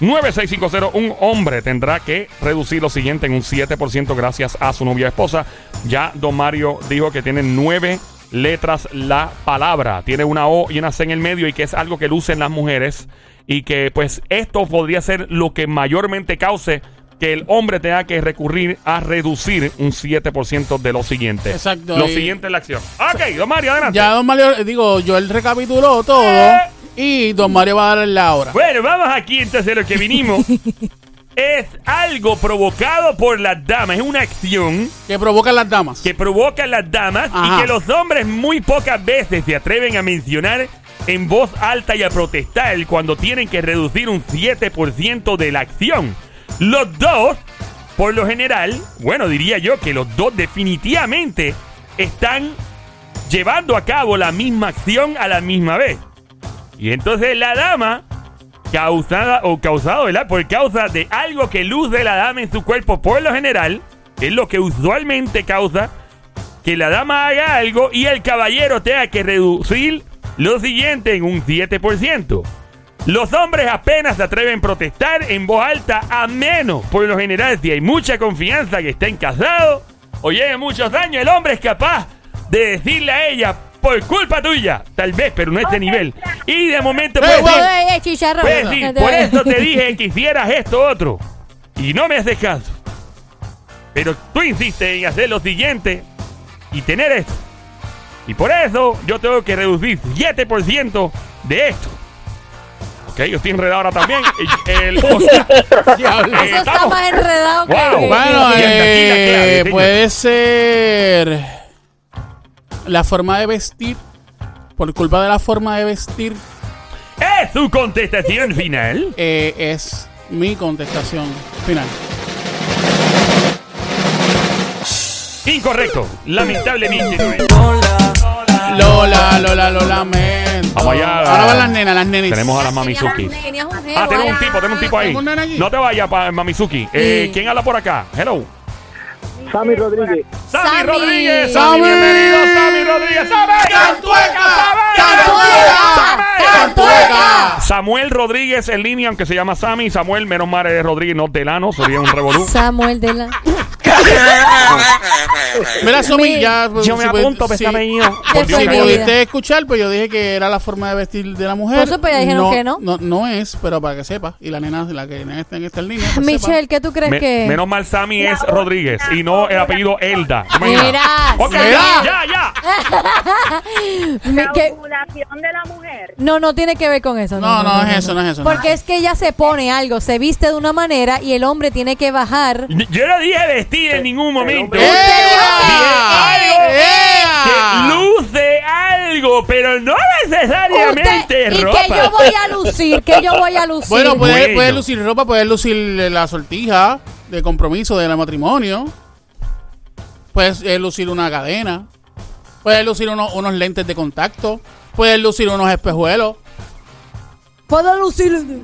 787-622-9650. Un hombre tendrá que reducir lo siguiente en un 7% gracias a su novia o esposa. Ya Don Mario dijo que tiene nueve letras la palabra. Tiene una O y una C en el medio y que es algo que lucen las mujeres. Y que pues esto podría ser lo que mayormente cause que el hombre tenga que recurrir a reducir un 7% de lo siguiente.
Exacto,
Lo
y-
siguiente es la acción. Ok, don Mario, adelante.
Ya Don Mario, digo, yo él recapituló todo
Eh.
y Don Mario va a dar la hora.
Bueno, vamos aquí entonces a lo que vinimos.
[LAUGHS]
es algo provocado por las damas. Es una acción
Que provocan las damas.
que provocan las damas
Ajá.
y que los hombres muy pocas veces se atreven a mencionar en voz alta y a protestar cuando tienen que reducir un 7% de la acción. Los dos, por lo general, bueno, diría yo que los dos definitivamente están llevando a cabo la misma acción a la misma vez. Y entonces la dama, causada o causado, ¿verdad? Por causa de algo que luce la dama en su cuerpo por lo general, es lo que usualmente causa que la dama haga algo y el caballero tenga que reducir lo siguiente en un 7%. Los hombres apenas se atreven a protestar en voz alta, a menos, por lo general, si hay mucha confianza que estén casados o lleven muchos años, el hombre es capaz de decirle a ella, por culpa tuya, tal vez, pero no a este nivel. Y de momento pues, puede
Ey,
decir,
guau.
Ey, ey, chicharrón.
puede decir, por eso te dije que hicieras esto otro, y no me haces caso. Pero tú insistes en hacer lo siguiente y tener esto. Y por eso yo tengo que reducir 7% de esto. Ok, yo estoy enredado ahora también. [LAUGHS] el, o sea,
Diablo.
eh,
Eso está
estamos.
más enredado que...
Wow.
Bueno,
Y hasta aquí la clave,
eh,
señor.
puede ser la forma de vestir. Por culpa de la forma de vestir,
es su contestación final.
eh, es mi contestación final.
Incorrecto. Lamentablemente no es.
Lola, Lola, Lola, lamento.
Vamos allá.
Ahora van las nenas, las nenes.
Tenemos a las
Tenías un-
Mamizuki.
tenías un
Ah,
jevo,
tenemos un
ah.
tipo, tenemos un tipo ahí.
Tengo un nene aquí.
No te vayas, pa- Mamizuki. Eh,
Sí.
¿Quién habla por acá? Hello.
Sammy Rodríguez.
Sammy,
Sammy.
Rodríguez.
Sammy.
bienvenido, Sammy Rodríguez. Sammy. Samuel Rodríguez en línea, aunque se llama Sammy. Samuel, menos mal es Rodríguez, no Delano. Sería un
[LAUGHS]
revolú.
Samuel de la...
Mira, Somi, ya. pues,
Yo me
si pudi-
apunto,
si-
pesta apellido.
Qué
Dios,
Si
fue,
Ay,
pudiste escuchar, pues yo dije que era la forma de vestir de la mujer.
Por eso, pero ya dijeron que no.
No, no es, pero para que sepa. Y la nena, la que nena está en esta línea. pues,
Michelle, ¿qué tú crees
Me-
que...?
menos mal Sammy es
otra,
Rodríguez y no el apellido Elda. ¿Te imaginas?
Mira,
Ok,
Sammy.
ya, ya.
Me-
La
que-
ovulación de la mujer.
No, no tiene que ver con eso.
No, no, es eso, no es eso, no.
Porque es que ella se pone algo, se viste de una manera y el hombre tiene que bajar.
Yo no dije vestir en ningún momento.
sepa. ¡Ea!
Ah.
Que
¡Ea!
luce algo, pero no necesariamente
Usted- y
ropa.
que yo voy a lucir, que yo voy a lucir.
Bueno, pues- puedes,
Bueno.
puedes lucir ropa, puedes lucir eh, la sortija de compromiso del matrimonio. Puedes eh, lucir una cadena. Puedes lucir uno- unos lentes de contacto. Puedes lucir unos espejuelos. [LAUGHS]
puedo lucir.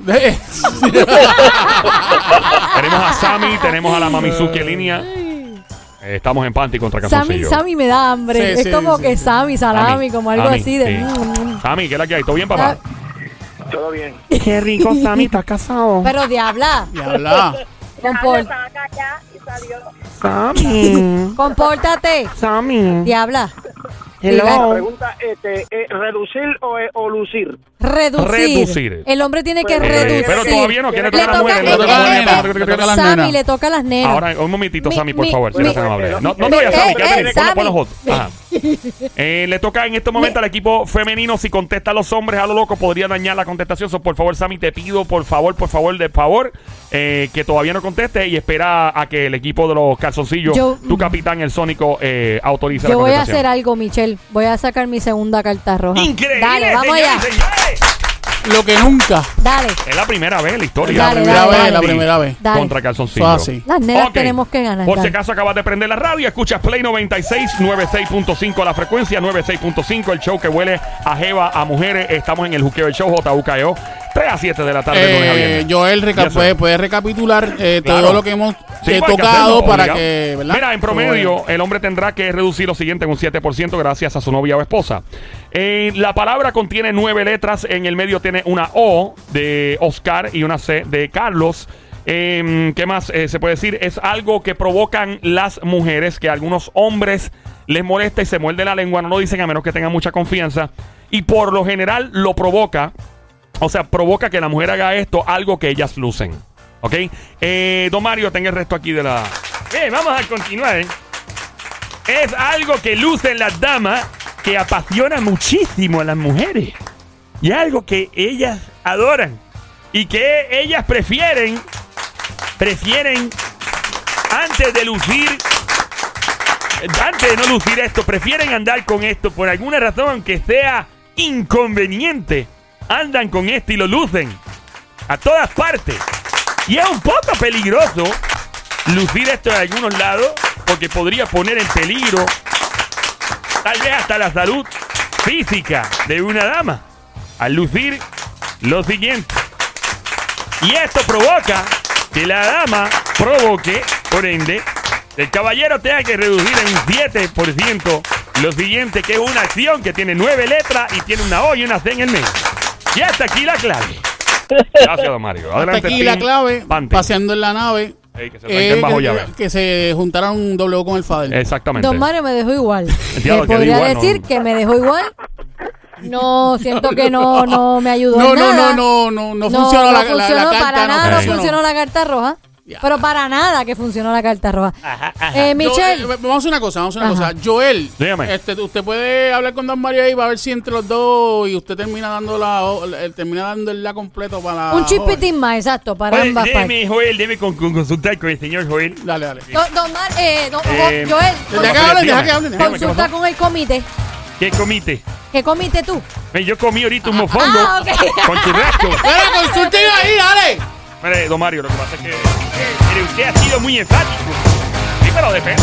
Tenemos a
[LAUGHS]
Sammy, tenemos a la Mamizuki en línea. Eh, Estamos en panty contra
Sammy,
Casoncillo.
Sammy me da hambre.
Sí,
es
sí,
como
sí,
que
sí.
Sammy, salami, como algo
Sammy,
así de.
sí.
mm, mm.
Sammy, ¿qué es la que hay? ¿Todo bien, papá?
Todo bien.
Qué rico, Sammy, estás casado.
Pero diabla,
Diabla.
Habla,
compor-
saca ya y salió.
Sammy,
compórtate.
Sammy.
Diabla,
La
Hello.
pregunta este, ¿es ¿reducir o, es- o lucir?
reducir.
Reducir.
El hombre tiene que
Eh,
reducir.
pero todavía no quiere
Le
tocar a la
toca-
mujer,
le toca a la nena,
eh,
le toca a la
Sammy
nena.
le toca a las nenas.
Ahora, un momentito,
Mi-
Sammy, por
mi-
favor, si
mi-
eres tan amable. No, no te vayas,
Eh,
Sammy,
eh,
quédate en el- ponlo-
Sammy.
ponlo hot.
[LAUGHS]
Ajá. Eh, le toca en este momento al equipo femenino. Si contesta a los hombres a lo loco, podría dañar la contestación. So, por favor, Sammy, te pido, por favor, por favor, de favor, eh, que todavía no conteste y espera a que el equipo de los calzoncillos,
Yo-
tu capitán, el Sónico, eh, autorice la
Yo voy a
contestación.
hacer algo, Michelle. Voy a sacar mi segunda carta roja.
Increíble,
Dale, vamos
señores,
allá.
señores.
Lo que nunca.
Dale.
Es la primera vez en la historia.
Dale, La primera dale, vez,
dale. la primera vez.
Dale.
Contra calzoncillo.
Eso es así.
Las nenas
Ok.
tenemos que ganar.
Por si
dale.
acaso acabas de prender la radio, escuchas Play 96, 96.5 la frecuencia, 96.5 el show que huele a jeva, a mujeres. Estamos en el Juqueo del Show, JUKEO. 3 E a 7 de la tarde, lunes a
Eh,
viernes.
Joel reca-
Y eso.
puede, puede recapitular eh,
Claro.
todo lo que hemos
Sí,
eh,
pues, hay que
tocado
hacerlo,
para
obligado.
que, ¿verdad? Pues, Eh,
Mira, en promedio, el hombre tendrá que reducir lo siguiente en un 7% gracias a su novia o esposa. Eh, la palabra contiene nueve letras. En el medio tiene una O de Oscar y una C de Carlos. Eh, ¿Qué más eh, se puede decir? Es algo que provocan las mujeres, que a algunos hombres les molesta y se muerde la lengua. No lo dicen a menos que tengan mucha confianza. Y por lo general lo provoca o sea, provoca que la mujer haga esto, algo que ellas lucen. ¿Ok? Eh, don Mario, tenga el resto aquí de la. Bien, vamos a continuar. ¿eh? Es algo que lucen las damas que apasiona muchísimo a las mujeres. Y algo que ellas adoran. Y que ellas prefieren. Prefieren. Antes de lucir. Antes de Eh, no lucir esto, prefieren andar con esto por alguna razón, aunque sea inconveniente. Andan con esto y lo lucen. A todas partes. Y es un poco peligroso lucir esto en algunos lados, porque podría poner en peligro tal vez hasta la salud física de una dama al lucir lo siguiente. Y esto provoca que la dama provoque, por ende, el caballero tenga que reducir en un 7% lo siguiente, que es una acción que tiene nueve letras y tiene una O y una C en el medio. Y hasta aquí la
[LAUGHS]
clave. Gracias, don Mario.
Hasta
Adelante,
aquí
team
la clave,
Panty.
paseando en la nave.
Ey, que se
eh,
tranquen bajo
que-
llave.
que se juntaron un W con el Fader.
Exactamente.
Don Mario me dejó igual.
diablo,
¿Me
quedó
podría
igual, no.
decir que me dejó igual? No, siento que
[LAUGHS]
no, no me ayudó
No,
en
no,
nada.
no, no, no, no funcionó la, la- la
funcionó,
carta,
para
no
nada no
funcionó.
funcionó la carta roja.
Ya.
Pero para nada que funcionó la carta roja. Eh,
Yo-
Michelle,
eh, vamos a hacer una cosa, vamos a hacer una
Ajá.
cosa. Joel,
Dígame.
este, usted puede hablar con Don Mario ahí para ver si entre los dos y usted termina dando la, o- la- termina dando el la completo para
un
Jorge.
chispitín más, exacto, para
Oye,
ambas partes.
Deme, Joel, deme con, con- consultar con el señor Joel.
Dale, dale.
Don, don Mar- eh, don-
Eh,
Joel,
Deja
dígame,
cons-
que hablen, deja que hablen. deja
dígame,
que
consulta con el comité.
¿Qué comite?
¿Qué comiste tú?
Ve, Yo comí ahorita un mofongo
Ah, ok. [LAUGHS]
con churrasco.
hablen. Mira, consulta ahí, dale.
Mire, don Mario, lo que pasa es que eh, mire, usted ha sido muy enfático. Sí, pero depende.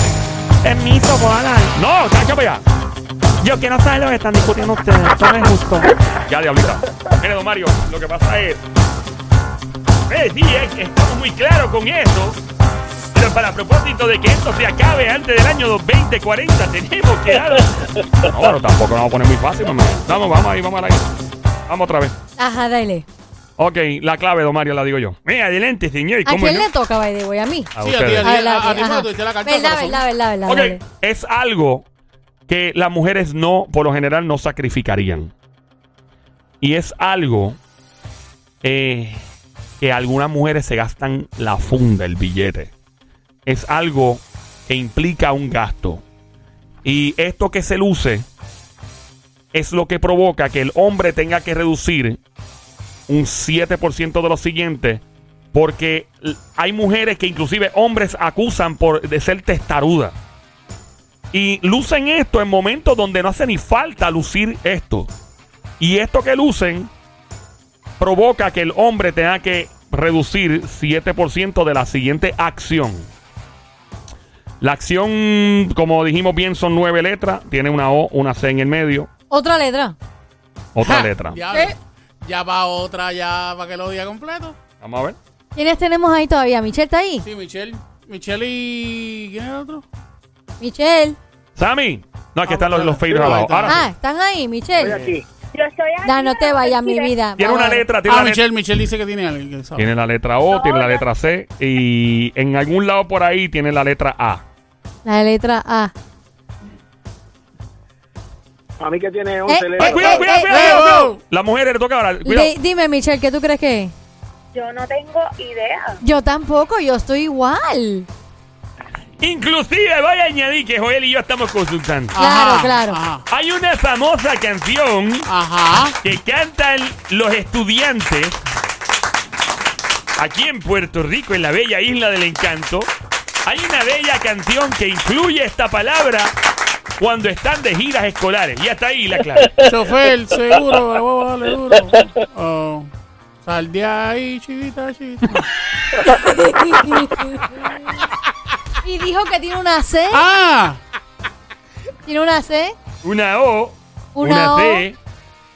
Permiso, puedo hablar.
No, cacha para allá.
Yo quiero saber lo que están discutiendo ustedes. Esto no es justo.
Ya, diablita. Mire, don Mario, lo que pasa es... Eh, sí, es que estamos muy claros con eso. Pero para propósito de que esto se acabe antes del año 2040, tenemos que dar... No, bueno, tampoco lo vamos a poner muy fácil, mamá. Vamos, vamos ahí, vamos a la... Vamos otra vez.
Ajá, dale.
Ok, la clave, don Mario, la digo yo. Mira, adelante, señor.
¿A
¿cómo
quién
no?
le toca, by the way? A mí.
A
Sí,
ustedes.
a ti,
Adelante,
a ti,
ajá.
tú diste la carta,
Verdad,
corazón.
verdad, verdad, verdad,
Ok,
dale.
es algo que las mujeres no, por lo general, no sacrificarían. Y es algo eh, que algunas mujeres se gastan la funda, el billete. Es algo que implica un gasto. Y esto que se luce es lo que provoca que el hombre tenga que reducir un 7% de lo siguiente. Porque l- hay mujeres que inclusive hombres acusan por de ser testarudas. Y lucen esto en momentos donde no hace ni falta lucir esto. Y esto que lucen provoca que el hombre tenga que reducir 7% de la siguiente acción. La acción, como dijimos bien, son nueve letras. Tiene una O, una C en el medio,
Otra letra.
otra
Ja,
letra.
diablo.
Eh.
Ya va otra, ya para que lo diga completo.
Vamos a ver.
¿Quiénes tenemos ahí todavía? ¿Michelle está ahí?
Sí, Michelle. Michelle y. ¿Quién es el otro?
Michelle.
Sammy. No, aquí
Ah,
están los, los
ahí
faders abajo.
está.
Ahora,
Ah, ¿están ahí, Michelle?
aquí.
Yo estoy aquí.
Da, no te vayas, mi vida.
tiene
Vamos
una
a ver.
letra, tiene
Ah,
una letra.
Michelle, Michelle dice que tiene alguien que sabe.
Tiene la letra O, tiene la letra C y en algún lado por ahí tiene la letra A.
La letra A.
A mí que tiene
Eh,
11
eh,
¡Ay,
letras.
cuidado, cuidado,
eh,
cuidado!
eh,
cuidado!
eh.
La mujer le toca ahora. Cuidado.
Di- dime, Michelle, ¿qué tú crees que es?
Yo no tengo idea.
Yo tampoco, yo estoy igual.
Inclusive voy a añadir que Joel y yo estamos consultando.
Claro, claro.
Ajá.
Hay una famosa canción
ajá.
que cantan los estudiantes aquí en Puerto Rico, en la bella isla del encanto. Hay una bella canción que incluye esta palabra cuando están de giras escolares. Y hasta ahí la clave.
Chofer, seguro, la huevo, dale duro. Oh. Sal de ahí, chivita, chivita.
y dijo que tiene una C.
¡Ah!
Tiene una C.
Una O, una,
Una O.
C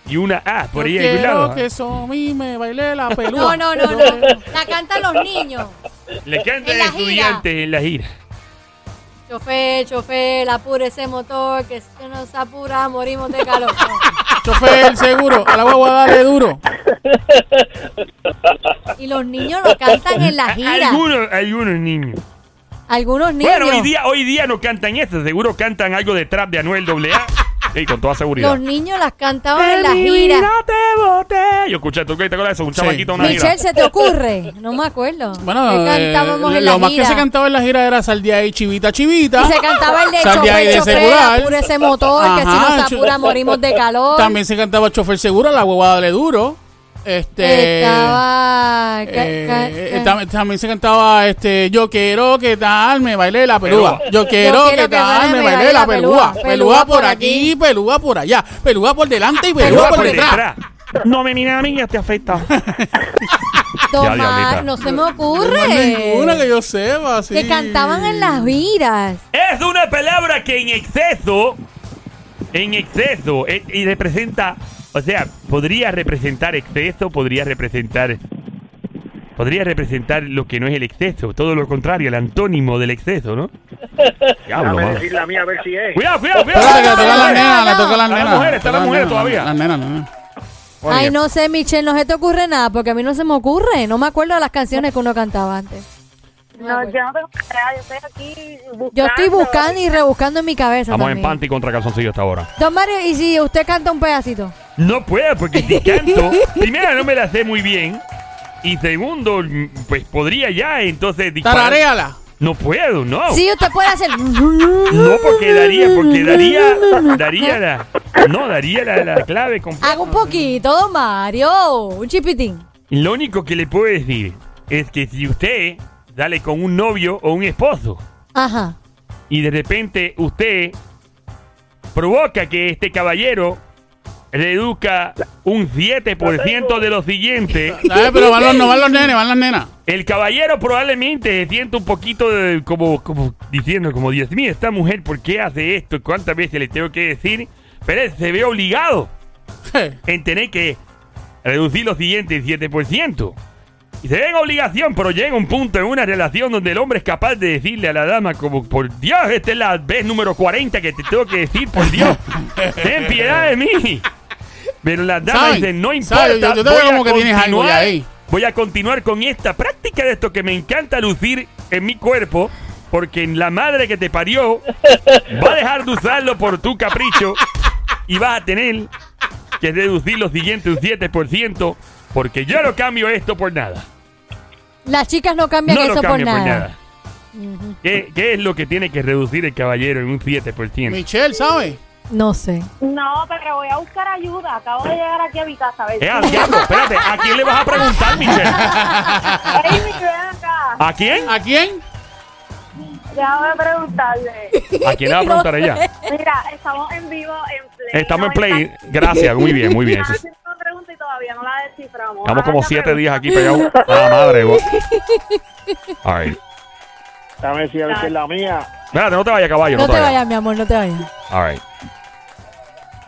y una A por ahí eh.
Yo
en algún
quiero
lado.
que eso a mí me baile la
No,
peluda.
no, no, no. La cantan los niños.
Le cantan
En la
estudiantes en la gira.
Chofer, chofer, apure ese motor, que si no se apura, morimos de calor.
[LAUGHS] Chofer, seguro, a la guagua dale duro.
Y los niños lo cantan en la gira.
Algunos, algunos niños.
Algunos niños.
Bueno, hoy día, hoy día no cantan esto, seguro cantan algo de trap de Anuel
[LAUGHS]
AA. Sí, con toda seguridad.
Los niños las cantaban en la
De mi
gira.
vida te boté.
Yo escuché, ¿tú qué te acuerdas de eso? Un
Sí.
chamaquito en una
Michelle,
gira.
¿se te ocurre? No me acuerdo.
Bueno,
Que
eh,
cantábamos en la
lo más que
gira.
se cantaba en la gira era Sal de ahí, chivita, chivita.
Y se cantaba el de
Sal de ahí
chofer,
de
chofer,
segurar.
apure ese motor, que si
Ajá,
no se apura,
chu-
morimos de calor.
También se cantaba Chofer Seguro, a la guagua dale duro. Este.
Estaba... ca-
eh,
ca-
eh,
ca-
tam- también se cantaba este yo quiero que tal me baile la pelúa yo quiero que tal me baile la pelúa pelúa por aquí pelúa por allá pelúa por delante
Ah,
y pelúa por detrás
No me mires a mí, ya te afecta.
Ya, diablita.
Tomás, no se me
No hay
ocurre.
ninguna que yo sepa sí.
Que cantaban en las giras.
Es una palabra que en exceso, en exceso, eh, y representa, o sea, podría representar exceso, podría representar, podría representar lo que no es el exceso, todo lo contrario, el antónimo del exceso, ¿no? Diablo,
Déjame
mano.
decir la mía a ver si es.
Cuidado, cuidado, cuidado.
Espérate, que la toca la
no,
nena,
no.
la toca la
Está la
nena.
mujer, está la
Toca
mujer
nena,
todavía.
La nena, la nena.
Ay, no sé, Michelle, no se te ocurre nada, porque a mí no se me ocurre. No me acuerdo de las canciones que uno cantaba antes.
No, yo no tengo nada, yo estoy aquí buscando.
pues. Yo estoy buscando y rebuscando en mi cabeza.
Estamos en
también.
panty contra calzoncillo hasta ahora.
Don Mario, ¿y si usted canta un pedacito?
No puedo, porque
[LAUGHS]
si canto, primero no me la sé muy bien. Y segundo, mm, pues podría ya entonces disparar.
Tararéala.
No puedo, no.
Sí, usted puede hacer.
Oh. [LAUGHS] No, porque daría, porque
[LAUGHS]
daría, daría la, no, daría la, la clave. completa.
Haga un poquito, Don Mario. Un chipitín.
Lo único que le puedo decir es que si usted sale con un novio o un esposo
Ajá.
y de repente usted provoca que este caballero reduzca un 7% de lo siguiente,
Dale, pero van los, no van los nenes, van las nenas.
el caballero probablemente se siente un poquito de- como, como diciendo, como Dios mío, esta mujer, ¿por qué hace esto? ¿Cuántas veces le tengo que decir? Pero él se ve obligado. en tener que reducir los siguientes 7%. Y se ve en obligación, pero llega un punto en una relación donde el hombre es capaz de decirle a la dama como, por Dios, esta es la vez número 40 que te tengo que decir, por
[LAUGHS]
Dios, ten piedad de mí. Pero la dama
¿Saben?
dice, no importa,
¿Saben? Yo- yo te
voy,
veo
a
como que tienes algo
continuar-
ya ahí".
voy a continuar con esta práctica de esto que me encanta lucir en mi cuerpo, porque la madre que te parió va a dejar de usarlo por tu capricho y vas a tener que reducir los siguientes un 7%, porque yo no cambio esto por nada.
Las chicas no cambian
No
eso
lo
por
cambio
nada.
por nada. ¿Qué, qué es lo que tiene que reducir el caballero en un 7%?
Michelle, ¿sabes?
No sé.
No, pero voy a buscar ayuda. Acabo de llegar aquí a mi casa. A ver.
Eh, Adriano, espérate, ¿a quién le vas a preguntar, Michelle?
Ey, mi ven acá.
¿A quién?
¿A quién?
Déjame preguntarle.
¿A quién le vas a preguntar ella?
Mira, estamos en vivo en Play.
Estamos en
90.
play. Gracias, muy bien, muy bien.
Estaba haciendo una pregunta y todavía no la desciframos.
Estamos como
Ahora te
siete días aquí
pregunto.
pegados a la madre. vos. All right.
Déjame decir a ver si es la mía.
Espérate, no te vayas, caballo.
No te
vayas.
vayas, mi amor, no te vayas.
All right.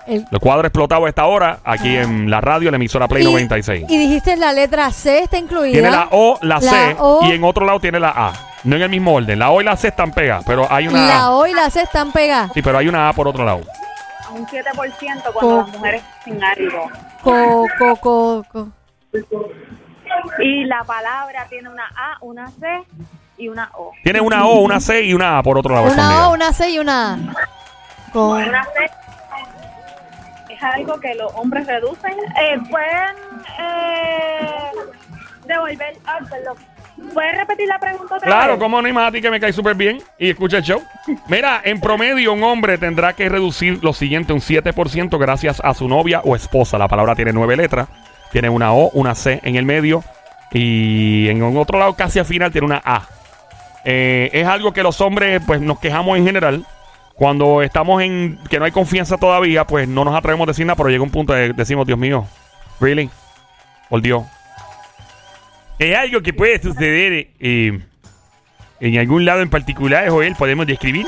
El-
Los cuadros explotados a esta hora,
Ah.
aquí en la radio, en la emisora Play
Y-
96.
Y dijiste la letra C está incluida.
Tiene la O, la, C
La O.
y en otro lado tiene la A. No en el mismo orden. La O y la C están pegadas, pero hay una
La
A.
O y la C están pegadas.
Sí, pero hay una A por otro lado.
A Un 7% cuando las mujeres sin algo.
Co, co, co, co.
Y la palabra tiene una A, una C y una O.
Tiene una O, una C y una A por otro lado.
Una
escondida.
O, una C y una A. Co-
Una C es algo que los hombres reducen. Eh, pueden eh, devolver. ah, perdón. ¿Pueden repetir la pregunta otra
Claro,
vez?
como no hay más a ti que me cae súper bien y escucha el show. Mira, en promedio un hombre tendrá que reducir lo siguiente un 7% gracias a su novia o esposa. La palabra tiene nueve letras. Tiene una O, una C en el medio y en un otro lado casi al final tiene una A. Eh, es algo que los hombres pues nos quejamos en general. Cuando estamos en que no hay confianza todavía, pues no nos atrevemos a decir nada, pero llega un punto de decimos, Dios mío, really, por Dios. Es algo que puede suceder eh, en algún lado en particular, Joel, podemos describir.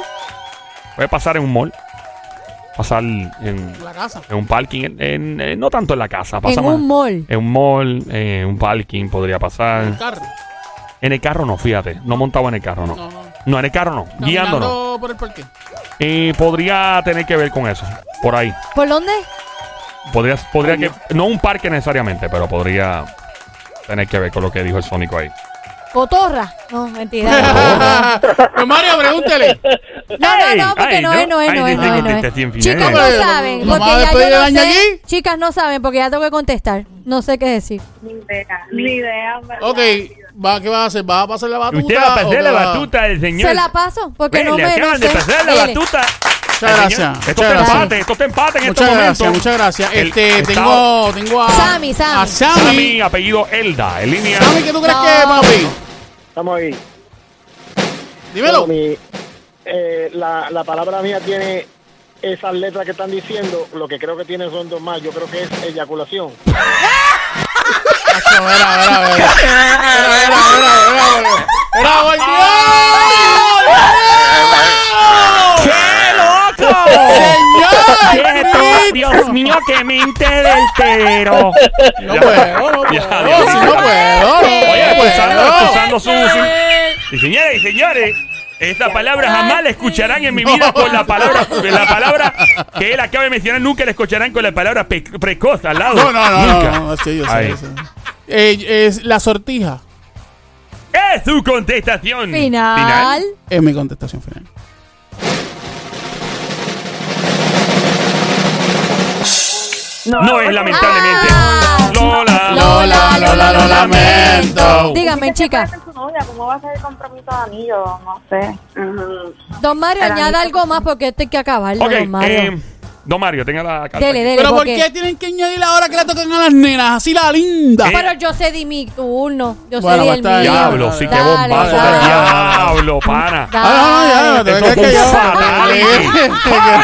Puede pasar en un mall. pasar en,
La casa.
en un parking, en- en- en- no tanto en la casa, pasa
en
más.
un mall.
En un mall, en un parking podría pasar.
El carro.
En el carro no, fíjate. No montaba en el carro, no. No,
No, no.
en el carro no.
Caminando
Guiando no.
por el parque.
Eh, podría tener que ver con eso. Por ahí.
¿Por dónde?
Podría, podría que. No un parque necesariamente, pero podría tener que ver con lo que dijo el Sónico ahí.
Cotorra. No,
[LAUGHS]
mentira.
Pero Mario, pregúntele.
No, no, no, porque
Ay,
no,
no.
es, no es, no
Ay,
es, no es, no es.
discutiste sin fin,
Chicas
eh.
no
Pero,
saben,
¿nos
porque
vamos a
ya
despedir
yo
del
no
año
sé.
aquí?
Chicas no saben, porque ya tengo que contestar. No sé qué decir.
Ni idea. Ni idea. ¿verdad?
Ok, va, ¿qué vas a hacer? ¿Vas a pasar la batuta?
Usted va a
o qué
perder la
va-
batuta del señor.
Se la paso, porque
Ve,
no
le
me no
acaban de
sé.
perder la
Dele.
batuta.
Muchas
El
gracias,
señor-
muchas
Esto te
gracias.
empate, esto te empate en este
Muchas
momento.
gracias, muchas gracias.
El-
Este,
está-
tengo, tengo a.
Sammy, Sammy.
A Sammy.
Sammy, apellido Elda, en línea.
Sammy, ¿qué tú crees que es, papi?
Estamos ahí. Bueno,
Dímelo.
mi- eh, la, la palabra mía tiene esas letras que están diciendo. Lo que creo que tiene son dos más. Yo creo que es eyaculación.
Era, era, era. Era, era, era, era, era. Era, volvió.
¡Qué loco!
¡Señor!
Quieto, Dios mío, que mente del tero.
No puedo,
[LAUGHS]
no
Ya,
puedo,
Dios
si
mío.
Oh, no puedo.
Oye,
no
excusando,
puedo.
excusando su, su- Y señores y señores, esta palabra jamás la escucharán en mi vida con la
[LAUGHS]
palabra, con la palabra que él acaba de mencionar, nunca la escucharán con la palabra pe- precoz al lado.
No, no, no,
Nunca.
no, no, sí, yo sé,
Ahí.
yo sé. Eh, es la sortija
Es su contestación.
Final.
es mi contestación final.
Eh,
No es lamentablemente.
Ah.
Lola.
Lola, Lola, lo
lamento.
Dígame, chicas.
Su novia, ¿Cómo va a ser el compromiso de anillo? No sé.
Don Mario,
Para mí
añada
que-
algo más porque esto hay que acabarlo,
Ok,
don Mario.
eh, don Mario, tenga la carta.
dele, dele.
Pero ¿por
porque-
qué tienen que añadir la hora que le tocan a las nenas? Así la linda.
Eh,
Pero yo cedí mi turno. Yo
Bueno,
cedí
pues
el
está
mío.
bien.
Diablo, sí, que
Dale,
bombazo
dale.
de diablo, pana.
Dale.
Ah, no, no,
Eso
ya, no, te
fue
crees que yo- [LAUGHS]
fatal. Ay, qué
Me quedo
fatal.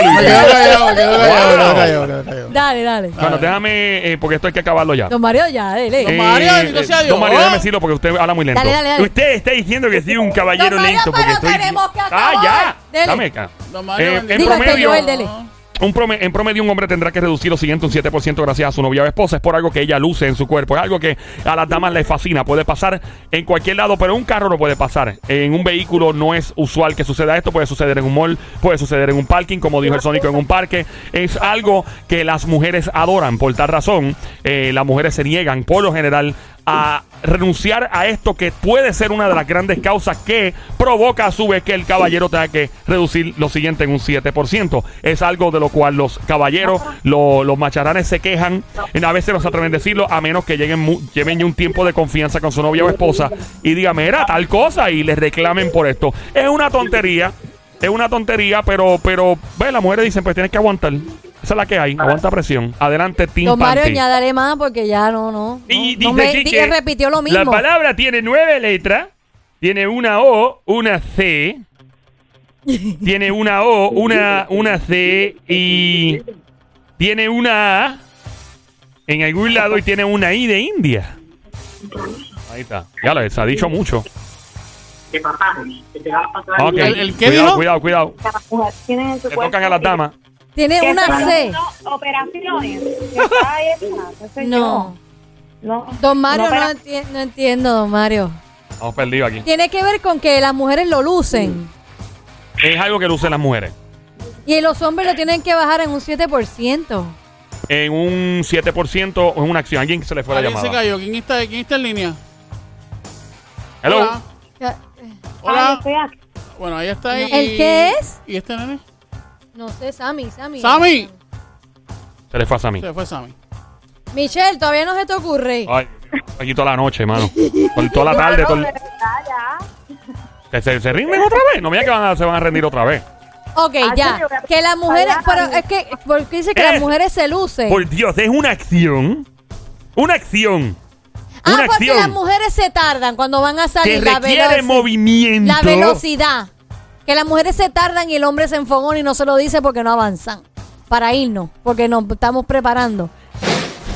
callado, me quedo callado, me quedo
Wow.
callado, me quedo callado.
Dale, dale.
Bueno, déjame, eh, porque esto hay que acabarlo ya.
Don Mario, ya, dele.
Eh,
Mario, bendito sea Dios.
Don Mario, déjame decirlo porque usted habla muy lento.
Dale, dale, dale.
Usted está diciendo que soy un caballero
Don Mario,
lento porque
pero
estoy.
tenemos que
ah,
acabar.
ya.
Dele.
Dame acá.
Don Mario,
Eh,
bendito.
en
Digo, este
promedio,
Joel, dele.
un prome- en promedio, un hombre tendrá que reducir lo siguiente: un 7% gracias a su novia o esposa. Es por algo que ella luce en su cuerpo. Es algo que a las damas les fascina. Puede pasar en cualquier lado, pero en un carro no puede pasar. En un vehículo no es usual que suceda esto. Puede suceder en un mall, puede suceder en un parking, como dijo el Sónico, en un parque. Es algo que las mujeres adoran. Por tal razón, eh, las mujeres se niegan, por lo general, a renunciar a esto que puede ser una de las grandes causas que provoca a su vez que el caballero tenga que reducir lo siguiente en un 7%. Es algo de lo cual los caballeros, lo- los macharanes se quejan, en- a veces no se atreven a decirlo, a menos que lleguen mu- lleven ya un tiempo de confianza con su novia o esposa y digan, mira, tal cosa, y les reclamen por esto. Es una tontería, es una tontería, pero, pero, ve, las mujeres dicen, pues tienes que aguantar. Esa es la que hay, aguanta presión. Adelante, Team
Don Mario,
Panty.
añádale más porque ya no, no.
Y
no,
dice
no me
aquí
di-
que
repitió
La
lo mismo.
palabra tiene nueve letras. Tiene una O, una C. tiene una O, una, una C y tiene una A en algún lado y tiene una I de India. Ahí está. Ya lo se ha dicho mucho. Ah, Ok.
¿El- el qué
cuidado,
dijo?
cuidado, cuidado. Le tocan a las damas.
Tiene una C.
Operaciones. que está hecha, [LAUGHS] qué sé
No.
yo. No.
Don Mario,
No,
no,
pero-
enti- no entiendo, don Mario.
Estamos perdidos aquí.
Tiene que ver con que las mujeres lo lucen
Es algo que lucen las mujeres.
y los hombres lo tienen que bajar en un 7%.
En un 7% en una acción. Alguien que se le fue la
¿Alguien se
llamada.
cayó? ¿Quién está, ¿Quién está en línea?
Hello.
Hola.
Ya- eh,
Ah,
Hola.
estoy aquí.
Bueno, ahí está. y-
¿El qué es?
¿Y este nene?
No sé, Sammy, Sammy.
¡Sammy!
Se le fue a Sammy.
Se fue Sammy.
Michelle, todavía no se te ocurre.
Ay, aquí toda la noche, mano. Por toda la tarde. todo el- ¿Que ¿Se, se rinden otra vez? No me digas que van a- se van a rendir otra vez.
Ok,
Ah,
ya.
yo voy a-
Que las mujeres,
Ay,
pero
ay.
es que, porque dice que
Eh.
las mujeres se lucen.
Por Dios, es una acción. Una acción.
ah,
una
porque
acción
las mujeres se tardan cuando van a
que
salir. La,
requiere
veloci-
movimiento.
la velocidad. Que las mujeres se tardan y el hombre se enfogona y no se lo dice porque no avanzan. Para irnos, porque nos estamos preparando.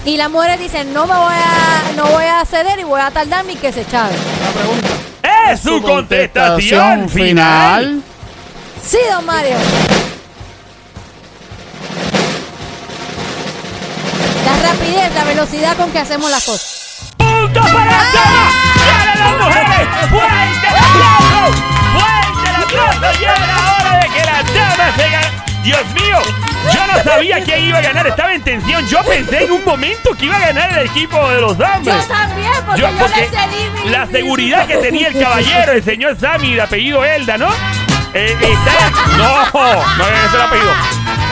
Y las mujeres dicen, no me voy a, no voy a ceder y voy a tardarme y que se chave.
La pregunta.
Es su contestación final.
Sí, don Mario. rapidez, la velocidad con que hacemos las cosas.
¡Punto para el
¡Ah!
tema! ¡Lleven las mujeres! ¡Fuerte el aplauso! ¡Fuerte el aplauso! ¡Llega la hora de que las damas se ganen! ¡Dios mío! Yo no sabía quién iba a ganar, estaba en tensión. Yo pensé en un momento que iba a ganar el equipo de los damas.
también,
Yo, porque la seguridad
[LAUGHS]
que tenía el caballero, el señor Sammy, de apellido Elda, ¿no? Eh, está- no, no es el apellido.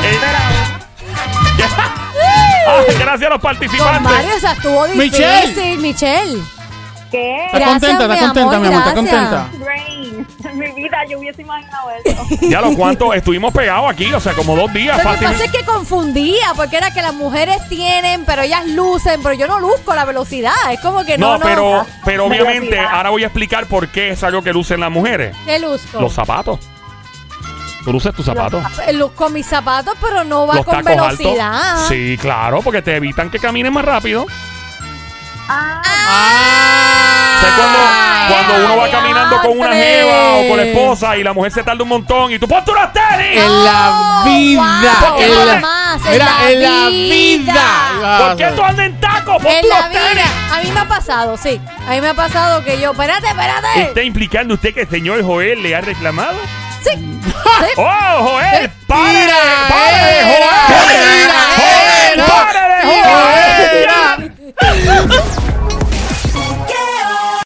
[LAUGHS]
Eh, ah, gracias a
Con
los
participantes.
Mario, esa estuvo
Michelle.
difícil, Michelle.
¿Qué?
¿Estás contenta?
mi
¿Estás contenta,
amor,
mi amor? ¿Estás
gracias.
contenta?
[LAUGHS] Rain. Mi vida, yo hubiese imaginado eso.
Ya lo cuanto estuvimos pegados aquí, o sea, como dos días.
Lo que
fácil.
pasa es que confundía, porque era que las mujeres tienen, pero ellas lucen, pero yo no luzco la velocidad. Es como que no,
No,
Ah, no.
pero, pero
Velocidad.
obviamente ahora voy a explicar por qué es algo que lucen las mujeres.
¿Qué luzco?
Los zapatos. Tú luces tus zapatos.
Eh, Luzco mis zapatos, pero no va
Los tacos
con velocidad.
altos. Sí, claro, porque te evitan que camines más rápido.
Ah,
Ah.
O sea, cuando, cuando uno va
ay,
caminando con una
hombre.
jeva o con la esposa y la mujer se tarda un montón y tú ¡pon tú los tenis!
En la
Oh,
vida.
wow,
en la,
nada más, en
mira,
la
en la
vida.
vida.
¿Por qué tú andas en tacos? ¡Pon
En
tú
la
los
vida.
tenis!
A mí me ha pasado, sí. A mí me ha pasado que yo. Espérate,
¿Está
espérate.
implicando usted que el señor Joel le ha reclamado?
Sí. sí.
[LAUGHS] ¡Oh, Joel!
Eh,
¡Para!
mira,